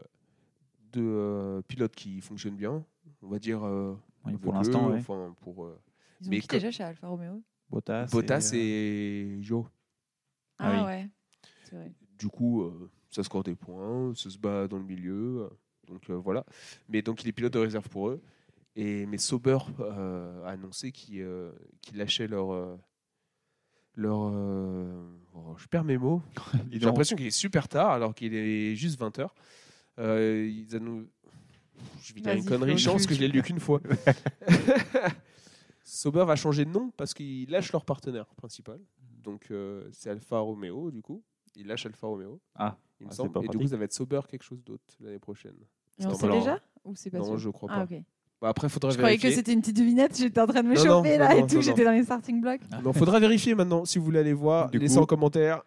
deux euh, pilotes qui fonctionnent bien. On va dire. euh,
Oui, Pour
avec
l'instant,
eux,
ouais.
enfin, pour euh,
Ils ont
Mais
qui
comme-
déjà chez Alfa Romeo
Bottas.
Bottas
et, euh,
et Jo.
Ah
Ah
oui.
ouais. C'est vrai.
Du coup, euh, ça score des points, ça se bat dans le milieu. euh, Donc euh, voilà. Mais donc, il est pilote de réserve pour eux. Et, mais Sauber euh, a annoncé qu'il euh, qu'il lâchait leur. euh, leur euh, oh, je perds mes mots.
dis
J'ai
donc.
l'impression qu'il est super tard alors qu'il est juste 20h. Euh, ils annon- Je vais dire une
Vas-y,
connerie,
Flo,
chance
tu-
que je l'ai lu qu'une fois. Sauber va changer de nom parce qu'ils lâchent leur partenaire principal. Donc euh, c'est Alfa Romeo du coup. Ils lâchent Alfa Romeo.
Ah,
il me
ah, c'est
semble.
pas
Et du coup
pratique.
ça va être Sauber quelque chose d'autre l'année prochaine.
Et on
Non,
sait
alors-
déjà Ou c'est pas
non,
sûr
je crois
Ah,
pas.
ok.
Bah, après faudra
Je croyais que
vérifier.
c'était une petite devinette, j'étais en train de me
Non, non,
chauffer là
non, non,
et tout,
non,
j'étais dans les starting blocks.
Non, faudra vérifier maintenant si vous voulez aller voir.
Du
laissez
coup-
en commentaire.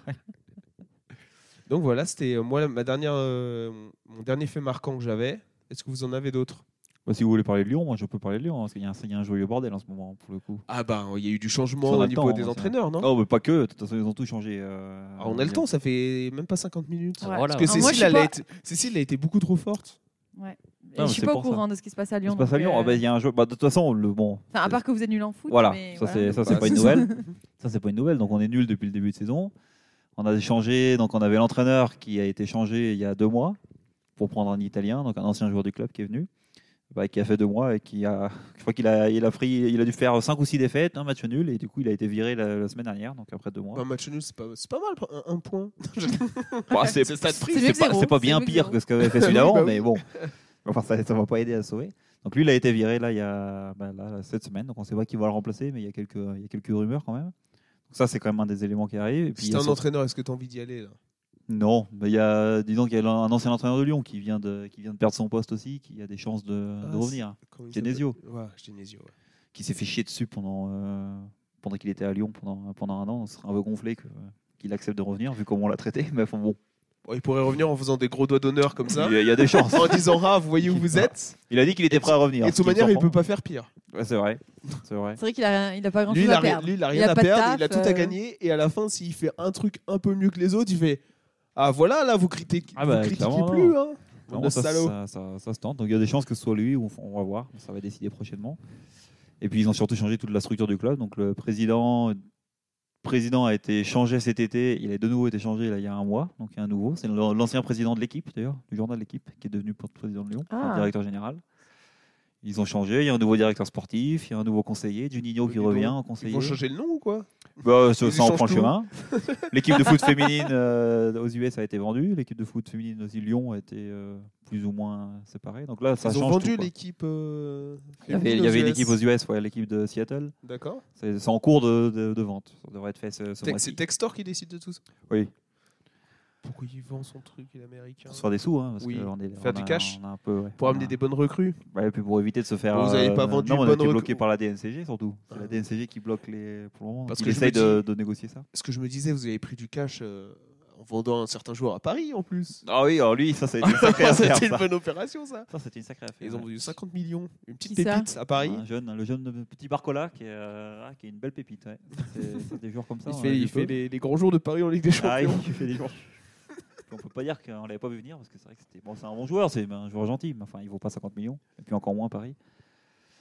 Donc voilà, c'était euh, moi la- ma dernière, euh, mon dernier fait marquant que j'avais. Est-ce que vous en avez d'autres
Bah, si vous voulez parler de Lyon, moi je peux parler de Lyon, hein, parce qu'il y, a un- il y a un joyeux bordel en ce moment pour le coup.
Ah bah il y a eu du changement
Ça, on
au
attend,
niveau
hein,
des
ça.
entraîneurs, non
Oh, mais pas que, de toute façon ils ont tout changé. euh,
Ah, On a le temps, ça fait même pas 50 minutes.
Ouais.
Voilà.
Parce que
Ah,
Cécile,
moi, je suis
elle a
pas-
été... Cécile a été beaucoup trop forte.
Et
mais
je suis
c'est
pas au
pour ça.
courant de ce qui se passe à
Il
Lyon.
se passe à
donc,
Lyon,
euh,
ah, bah, il y a un jeu. Bah, de toute façon, le bon. euh,
enfin, à part que vous êtes nul en foot.
Voilà,
mais
ça
voilà.
c'est ça, c'est
Bah,
pas une
c'est
nouvelle. Ça c'est pas une nouvelle, donc on est nul depuis le début de saison. On a changé, donc on avait l'entraîneur qui a été changé il y a deux mois pour prendre un Italien, donc un ancien joueur du club qui est venu, bah, qui a fait de moi et qui a, je crois qu'il a, il a pris, il a dû faire 5 ou 6 défaites, un match nul et du coup il a été viré la, la semaine dernière, donc après deux mois.
Un Bah, match nul, c'est pas, c'est pas mal, un, un point.
Bah, c'est
c'est Stade Fribourg.
mieux que
c'est pas,
zéro,
c'est pas
c'est
bien
mieux que
pire
zéro.
que ce qu'avait fait celui d'avant,
bah oui.
mais bon, enfin ça, ça va pas aider à sauver. Donc lui il a été viré là il y a, bah, là, cette semaine, donc on sait pas qui va le remplacer, mais il y a quelques, il y a quelques rumeurs quand même. Donc ça c'est quand même un des éléments qui arrive. Et puis,
Si
il y
t'es
a
un
surtout-
entraîneur, est-ce que t'as envie d'y aller là
Non, mais il y a, disons qu'il y a un ancien entraîneur de Lyon qui vient de, qui vient de perdre son poste aussi, qui a des chances de,
Ah,
de revenir,
Comment il
Genesio.
s'appelle Ouais, Genesio. ouais.
qui s'est fait chier dessus pendant, euh, pendant qu'il était à Lyon pendant, pendant un an. On serait un peu gonflé que, qu'il accepte de revenir, vu comment on l'a traité. Mais enfin, bon,
Bon, il pourrait revenir en faisant des gros doigts d'honneur comme ça,
il y a- il y a des chances.
en disant Ah, vous voyez où vous êtes
Il a dit qu'il était prêt à revenir.
Et de
ce
toute
qui me
manière, il
surprend.
peut pas faire pire.
Ouais, c'est vrai. C'est vrai.
C'est vrai qu'il a, rien- il a pas grand
Lui,
chose
il a,
à
rien-
perdre.
lui, il a
Il
rien
a
à
pas de
perdre,
taf,
il a tout à
euh.
gagner. Et à la fin, s'il fait un truc un peu mieux que les autres, il fait Ah voilà, là, vous critiquez,
Ah bah,
vous critiquez
clairement,
plus. Hein.
Non,
Le
ça,
salaud.
ça- ça- ça se tente. Donc il y a des chances que ce soit lui, ou on va voir, ça va décider prochainement. Et puis ils ont surtout changé toute la structure du club. Donc le président, président a été changé cet été, il a de nouveau été changé là, il y a un mois, donc il y a un nouveau. C'est l'an- l'ancien président de l'équipe d'ailleurs, du journal de l'équipe, qui est devenu président de Lyon, enfin,
Ah.
directeur général. Ils ont changé, il y a un nouveau directeur sportif, il y a un nouveau conseiller, Juninho qui
Ils vont-
revient en
Ils
conseiller.
vont changer le nom ou quoi
Bah, ça,
Ils
ça en
échangent
prend le
tout.
chemin. L'équipe de foot féminine euh, aux US a été vendue. L'équipe de foot féminine aussi Lyon a été euh, plus ou moins séparée. Donc là, ça
Ils
change
ont vendu
tout, quoi.
l'équipe. euh,
Il y avait,
féminine
il y avait une
aux
équipe aux US, ouais, l'équipe de Seattle.
D'accord.
C'est c'est en cours de, de- de vente. Ça devrait être fait ce, ce
Tex-
mois-ci.
C'est Textor qui décide de tout ça
Oui.
Pourquoi il vend son truc, il est américain
Pour se faire des sous, hein, parce
Oui.
que on est-
Faire
on
du
a-
cash.
on a un peu, ouais.
Pour
On
amener
a-
des bonnes recrues.
Ouais, et puis pour éviter de se faire.
Vous avez pas
euh,
vendu
Non, on a
bonne
été
recru-
bloqué par la DNCG surtout. C'est
Ah.
la DNCG qui bloque les. Pour le moment.
Parce
Il
que je me
essaye de,
dis-
de négocier ça.
Ce que je me disais, vous avez pris du cash euh, en vendant un certain joueur à Paris en plus.
Ah oui, alors lui, ça, c'est une sacrée affaire.
C'était une
ça.
bonne opération ça.
Ça, c'était une sacrée affaire.
Ils ont
ouais.
vendu 50 millions, une petite
Qui ça
pépite à Paris.
Un jeune, le jeune petit Barcola qui est, euh, ah, qui est une belle pépite. ouais. C'est- c'est des joueurs comme ça.
Il
on
fait,
l'a vu
il fait
peu.
les, les grands jours de Paris en Ligue des
Ah, il
Champions.
fait des joueurs. On peut pas dire qu'on l'avait pas vu venir parce que c'est vrai que c'était bon, c'est un bon joueur, c'est un joueur gentil, mais enfin il vaut pas 50 millions et puis encore moins à Paris.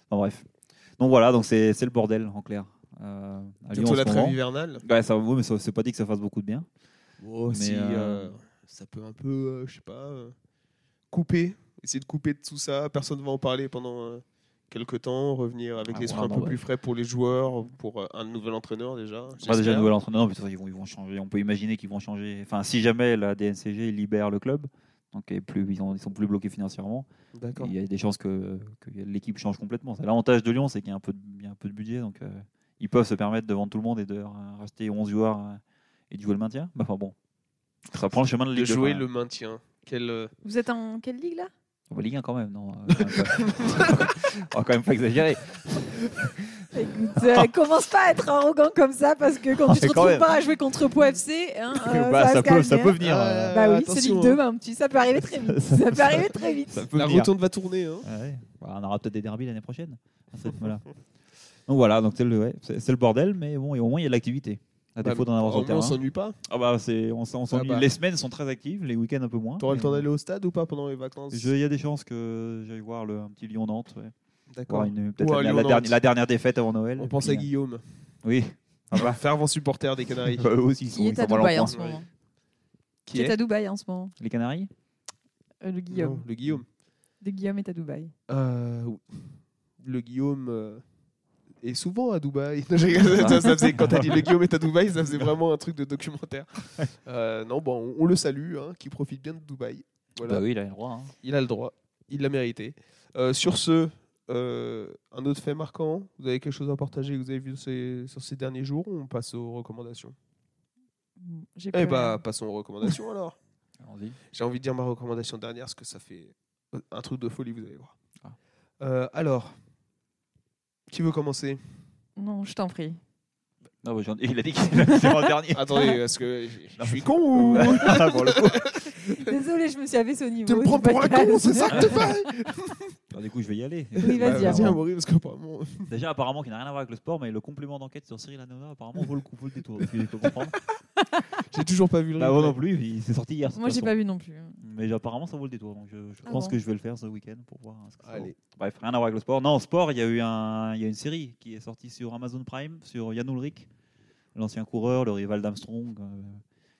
Enfin, bref. Donc voilà, donc c'est c'est le bordel en clair. Euh, à Lyon, en
Surtout la
ce
trêve
moment.
hivernale.
Ouais, ça, oui, mais ça- c'est pas dit que ça fasse beaucoup de bien.
Oh,
Mais,
si,
euh,
euh, ça peut un peu, euh, je sais pas, euh, couper, essayer de couper de tout ça. Personne ne va en parler pendant euh, quelques temps. Revenir avec
Ah,
l'esprit
bon,
un
non,
peu
ouais.
plus frais pour les joueurs, pour euh, un nouvel entraîneur déjà.
Pas déjà
j'espère.
un nouvel entraîneur, mais de toute façon, ils vont, ils vont changer. On peut imaginer qu'ils vont changer. Enfin, si jamais la DNCG libère le club, donc et plus, ils, ont- ils sont plus bloqués financièrement.
D'accord.
Il y a des chances que, que l'équipe change complètement. C'est L'avantage de Lyon, c'est qu'il y, a un peu de- il y a un peu de budget, donc euh, ils peuvent se permettre de vendre tout le monde et de euh, racheter 11 joueurs euh, et de jouer le maintien. Bah, enfin bon, ça prend le chemin de
De
Ligue deux,
jouer
quand
le
même.
maintien. Quel, euh,
Vous êtes en quelle ligue là
Oh, bah, Ligue 1 quand même, non euh, quand même pas. On va quand même pas exagérer.
Écoute, euh, commence pas à être arrogant comme ça parce que quand
Ah,
tu te
mais quand
retrouves
même.
pas à jouer contre Pau FC, hein,
Bah,
euh, ça, va
ça,
se
peut,
calmer,
ça
hein.
peut venir. euh,
Bah oui, c'est
Attention,
Ligue 2, mais un petit, ça peut arriver très vite.
Ça-
Ça peut arriver très vite.
ça peut
la
venir.
rotonde va tourner. hein.
Ouais. Bah, on aura peut-être des derbies l'année prochaine. à ce rythme-là. donc voilà, donc c'est le, ouais, c'est- c'est le bordel, mais bon, et au moins il y a de l'activité. À défaut d'en avoir
Bah, Au
sur le
moins, on
terrain.
s'ennuie pas.
Ah bah, c'est- on s'en- on s'ennuie.
bah.
Les semaines sont très actives, les week-ends un peu moins.
T'auras le
Ah, mais-
temps d'aller au stade ou pas pendant les vacances
Je- Il y a des chances que j'aille voir le, un petit Lyon-Nantes. ouais. Voir
D'accord.
une- Peut-être
Ou un
la, la
Lyon-Nantes.
dernière, la dernière défaite avant Noël.
On
et
pense
puis,
à Guillaume,
euh, Oui. Ah bah,
fervent supporter des Canaries.
eux aussi, ils sont,
Qui
ils
est
sont
à
mal en
Dubaï hein. en
point.
ce moment
Qui
Qui est à Dubaï en ce moment
Les Canaries
Euh, Le Guillaume.
Non, Le Guillaume.
Le Guillaume est à Dubaï.
Euh, oui. le Guillaume euh, est souvent à Dubaï. Non, je rigole.
Ah.
ça, ça faisait, quand t'as dit le Guillaume est à Dubaï, ça faisait vraiment un truc de documentaire. Euh, non, bon, on, on le salue, hein, qui profite bien de Dubaï. Voilà.
Bah oui, il a le droit. hein.
Il a le droit, il l'a mérité. Euh, sur ce, euh, un autre fait marquant, vous avez quelque chose à partager que vous avez vu ces- sur ces derniers jours ou on passe aux recommandations
J'ai
Eh
plus
bah,
rien.
passons aux recommandations alors.
Allons-y.
J'ai envie de dire ma recommandation dernière, parce que ça fait un truc de folie, vous allez voir.
Ah.
Euh, alors, qui veut commencer
Non, je t'en prie.
Non, bah, j'en- il a dit qu'il était en dernier.
Attendez, est-ce que je je
Non.
suis con ou
Ah, pour le coup.
Désolée, je me suis abaissée au niveau.
Tu me
du
prends pour un
podcast.
con, c'est ça que tu fais
Alors, du coup, je vais y aller.
Oui, vas-y,
Bah,
Armand.
Amaury, parce que apparemment-
Déjà, apparemment, qui n'a rien à voir avec le sport, mais le complément d'enquête sur Cyril Hanouna, apparemment, vaut le coup, vaut le détour. de ce que j'ai pu comprendre.
j'ai toujours pas vu le
Bah, moi
replay.
non plus, il s'est sorti hier. de
Moi,
toute
j'ai
façon.
pas vu non plus.
Mais apparemment, ça vaut le détour. Donc, je, je
Ah
pense
bon
que je vais le faire ce week-end pour voir. hein, ce que ça vaut.
Allez.
Bref, rien à voir avec le sport. Non, sport, il y a eu un, il y a une série qui est sortie sur Amazon Prime sur Jan Ulrich, l'ancien coureur, le rival d'Armstrong, euh,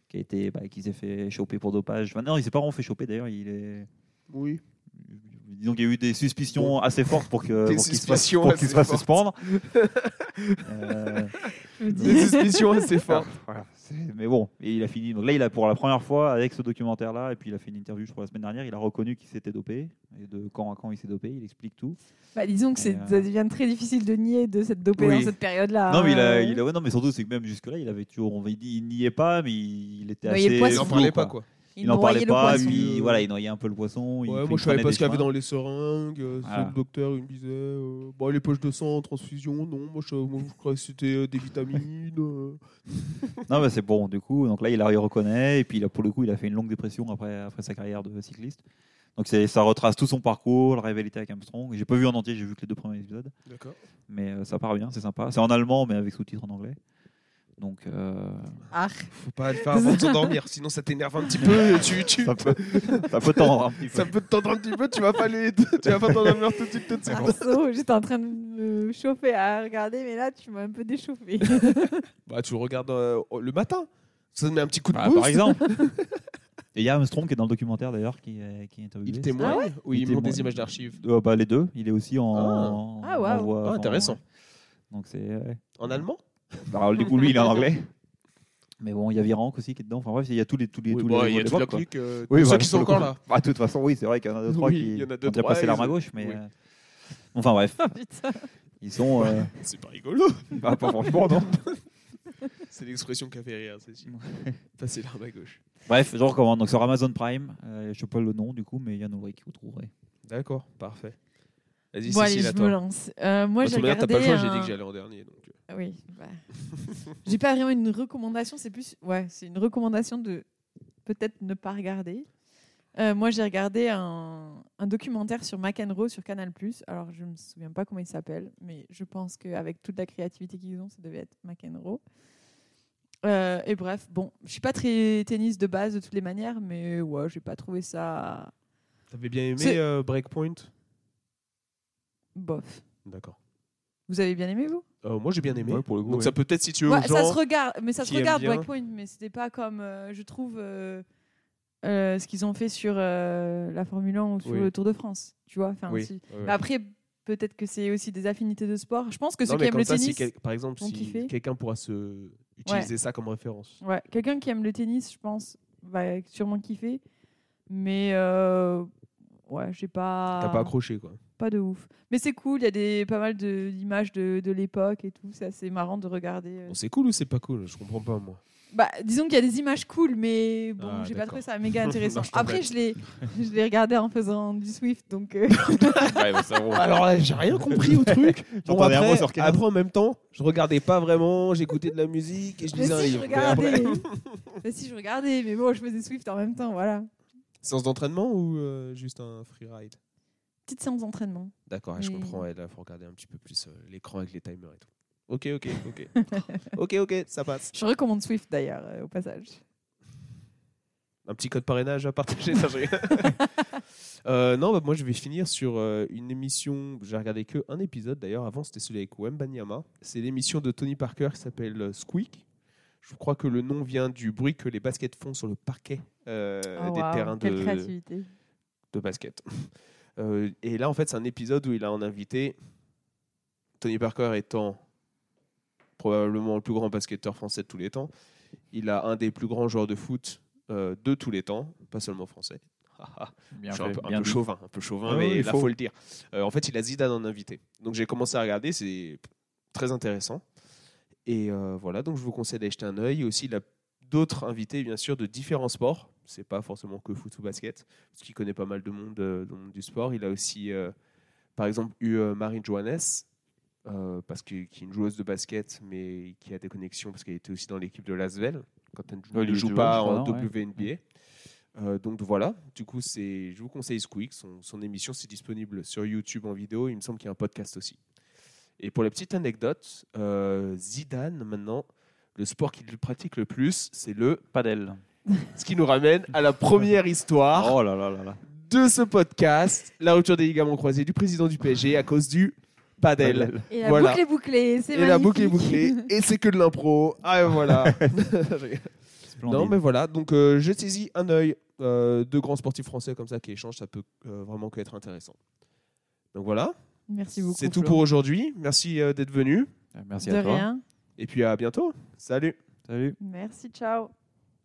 qui a été, bah, qui s'est fait choper pour dopage. Enfin, non, il s'est pas vraiment fait choper d'ailleurs. Il est,
Oui.
Donc il y a eu des suspicions assez fortes pour que-
Des
pour qu'il se fasse-
suspicions
pour qu'il se fasse
assez
suspendre. Euh,
Des suspicions assez fortes.
voilà, c'est- mais bon, et il a fini. Donc là, il a pour la première fois avec ce documentaire-là, et puis il a fait une interview, je crois, la semaine dernière. Il a reconnu qu'il s'était dopé, et de quand à quand il s'est dopé. Il explique tout.
Bah, disons que c'est-
Et, euh,
ça devient très difficile de nier de cette dopée
Oui.
dans cette période-là.
non, mais il a,
hein.
il a- ouais, non, mais surtout, c'est que même jusque-là, il avait toujours. On va dire, il n'y est pas, mais il, il était
Non, il est
assez.
poisson.
Il n'en
flou,
parlait pas, quoi.
Il n'en parlait
broyait le
pas,
poisson.
puis voilà, il noyait un peu le poisson. il-
Ouais, moi,
puis il
je savais
prenait
pas
des
ce qu'il y avait
chemins. Ah.
dans les seringues. euh, c'est
Voilà.
Le docteur, il me disait euh, bon, les poches de sang, transfusion, non. Moi, je, moi, je croyais que c'était euh, des vitamines. euh.
Non, mais c'est bon, du coup. Donc là, il, a, il reconnaît. Et puis, là, pour le coup, il a fait une longue dépression après, après sa carrière de cycliste. Donc c'est- ça retrace tout son parcours, la rivalité avec Armstrong. J'ai pas vu en entier, j'ai vu que les deux premiers épisodes.
D'accord.
Mais euh, ça part bien, c'est sympa. C'est en allemand, mais avec sous-titres en anglais. Donc, euh,
Ah,
Faut pas le faire avant de s'endormir, sinon ça t'énerve un petit peu. Tu, tu,
ça peut, ça peut tendre un petit peu.
ça peut te tendre un petit peu. Tu vas pas les, tu vas pas t'endormir tout de suite, tout de suite.
Arceau, j'étais en train de me chauffer à regarder, mais là, tu m'as un peu déchauffé.
Bah, tu le regardes euh, le matin. Ça te met un petit coup de
Bah,
boost.
par exemple. Et il y a Armstrong qui est dans le documentaire d'ailleurs, qui, est- qui est interviewé.
Il
Ah
témoigne ou
Il
il, montre
témoigne.
des images d'archives
Euh, bah, les deux, il est aussi en.
Ah.
en-
Ah, waouh.
en voix-
Ah,
en-
intéressant. Bah,
donc c'est. ouais.
en allemand
Alors, du coup, lui, il est en anglais. Mais bon, il y a Virenque aussi qui est dedans. Enfin bref, il y a tous les tous les
Oui,
tous
bah,
les
Il y a
les
toute la
blocs, quoi.
clique. euh,
Oui,
tous
bah,
ceux qui sont
pour le
encore
coup.
là.
Bah, de toute façon, oui, c'est vrai qu'il y en a deux trois
Oui,
qui
il y en a
ont
deux,
déjà
trois,
passé
ils
l'arme à
ont-
gauche, mais
Oui.
euh, enfin bref,
Oh, Putain.
ils sont. euh,
C'est pas rigolo.
bah, pas franchement, non.
C'est l'expression qui a fait rire, c'est sûr. Passer l'arme à gauche.
Bref, je recommande. Donc sur Amazon Prime, euh, je sais pas le nom du coup, mais Yann Ulrich, vous trouverez.
D'accord, parfait. Vas-y,
Bon, allez,
Cécile, à
je
toi.
me lance. Euh, moi,
De
j'ai
toute manière,
regardé.
t'as pas le choix, j'ai dit
un-
que j'allais en dernier. Donc... euh,
Oui. bah. J'ai pas vraiment une recommandation, c'est plus. Ouais, c'est une recommandation de peut-être ne pas regarder. Euh, moi, j'ai regardé un, un documentaire sur McEnroe sur Canal. Alors, je me souviens pas comment il s'appelle, mais je pense qu'avec toute la créativité qu'ils ont, ça devait être McEnroe. Euh, et bref, bon, je suis pas très tennis de base de toutes les manières, mais ouais, j'ai pas trouvé ça
T'avais bien aimé
C'est-
euh, Breakpoint
bof.
D'accord.
Vous avez bien aimé, vous
Euh, moi, j'ai bien aimé.
Ouais, pour le coup,
donc,
ouais.
ça peut peut-être situer
Ouais,
aux
ça
gens.
se regarde, mais ça se
qui aiment
regarde
bien.
Breakpoint, mais c'était pas comme euh, je trouve euh, euh, ce qu'ils ont fait sur euh, la Formule 1 ou sur
Oui.
le Tour de France, tu vois. Enfin,
Oui,
si-
ouais, ouais.
Mais Après, peut-être que c'est aussi des affinités de sport. Je pense que
Non,
ceux qui
mais
aiment
comme
le
ça, si
tennis,
quel- Par exemple,
vont
si
kiffer.
quelqu'un pourra se... utiliser ça comme référence.
ouais, quelqu'un qui aime le tennis, je pense, va sûrement kiffer. Mais euh, ouais, j'ai pas,
T'as pas accroché, quoi.
pas de ouf. Mais c'est cool, il y a des pas mal de- d'images de, de l'époque et tout. C'est assez marrant de regarder. euh,
Bon, c'est cool ou c'est pas cool Je comprends pas, moi.
Bah, disons qu'il y a des images cool, mais bon,
Ah,
j'ai pas
d'accord.
trouvé ça méga intéressant.
Non, je t'embête.
Après, je l'ai, je l'ai regardé en faisant du Swift, donc euh,
Alors là, j'ai rien compris au truc. Bon,
J'entendais un
après,
mot sur Kenan.
après, en même temps, je regardais pas vraiment, j'écoutais de la musique et je
mais
lisais un
si je
livre. Mais
regardais,
après-
mais si je regardais, mais bon, je faisais Swift en même temps, voilà.
Séance d'entraînement ou euh, juste un freeride
Petite séance d'entraînement.
D'accord, je
Mais-
comprends. Ouais, là, il faut regarder un petit peu plus euh, l'écran avec les timers et tout. Ok, ok, ok. ok, ok, ça passe.
Je recommande Swift d'ailleurs, euh, au passage.
Un petit code parrainage à partager. non, je rigole. Euh, non, bah, moi, je vais finir sur euh, une émission. J'ai regardé que un épisode d'ailleurs. Avant, c'était celui avec Wembanyama. C'est l'émission de Tony Parker qui s'appelle euh, Squeak. Je crois que le nom vient du bruit que les baskets font sur le parquet euh,
Oh,
des
waouh,
terrains
quelle
de,
créativité.
de basket. Euh, et là, en fait, c'est un épisode où il a en invité Tony Parker étant probablement le plus grand basketteur français de tous les temps. Il a un des plus grands joueurs de foot euh, de tous les temps, pas seulement français. Ah,
Bien
Je suis un
fait,
peu, un
bien
peu
dit.
chauvin, un peu chauvin,
Ah
mais
oui, il
là,
faut.
faut. le dire. Euh, en fait, il a Zidane en invité. Donc, j'ai commencé à regarder, c'est très intéressant. Et euh, voilà, donc je vous conseille d'acheter un œil. Aussi, il a d'autres invités, bien sûr, de différents sports. C'est pas forcément que foot ou basket, parce qu'il connaît pas mal de monde euh, dans le monde du sport. Il a aussi, euh, par exemple, eu euh, Marine Johannes, euh, parce que, qui est une joueuse de basket, mais qui a des connexions, parce qu'elle était aussi dans l'équipe de Lasvel, quand elle ne
Ouais, les
joue
joueurs,
pas
je crois,
en
non, ouais.
WNBA. Euh, donc voilà, du coup, c'est, je vous conseille Squeak. Son, son émission, c'est disponible sur YouTube en vidéo. Il me semble qu'il y a un podcast aussi. Et pour la petite anecdote, euh, Zidane, maintenant, le sport qu'il pratique le plus, c'est le
Pas d'elle.
ce qui nous ramène à la première histoire
Oh là là là là.
de ce podcast, la rupture des ligaments croisés du président du PSG à cause du padel.
Et la
Voilà.
boucle est bouclée, c'est
Et
magnifique.
la boucle est bouclée, et c'est que de l'impro. Ah voilà.
Splendide.
non mais voilà, donc euh, je saisis un œil. euh, deux grands sportifs français comme ça qui échangent, ça peut euh, vraiment que être intéressant. Donc voilà,
Merci beaucoup.
c'est tout
Flo.
pour aujourd'hui. Merci euh, d'être venu
Merci
De
à toi.
rien.
et puis à bientôt. Salut.
Salut.
Merci, ciao.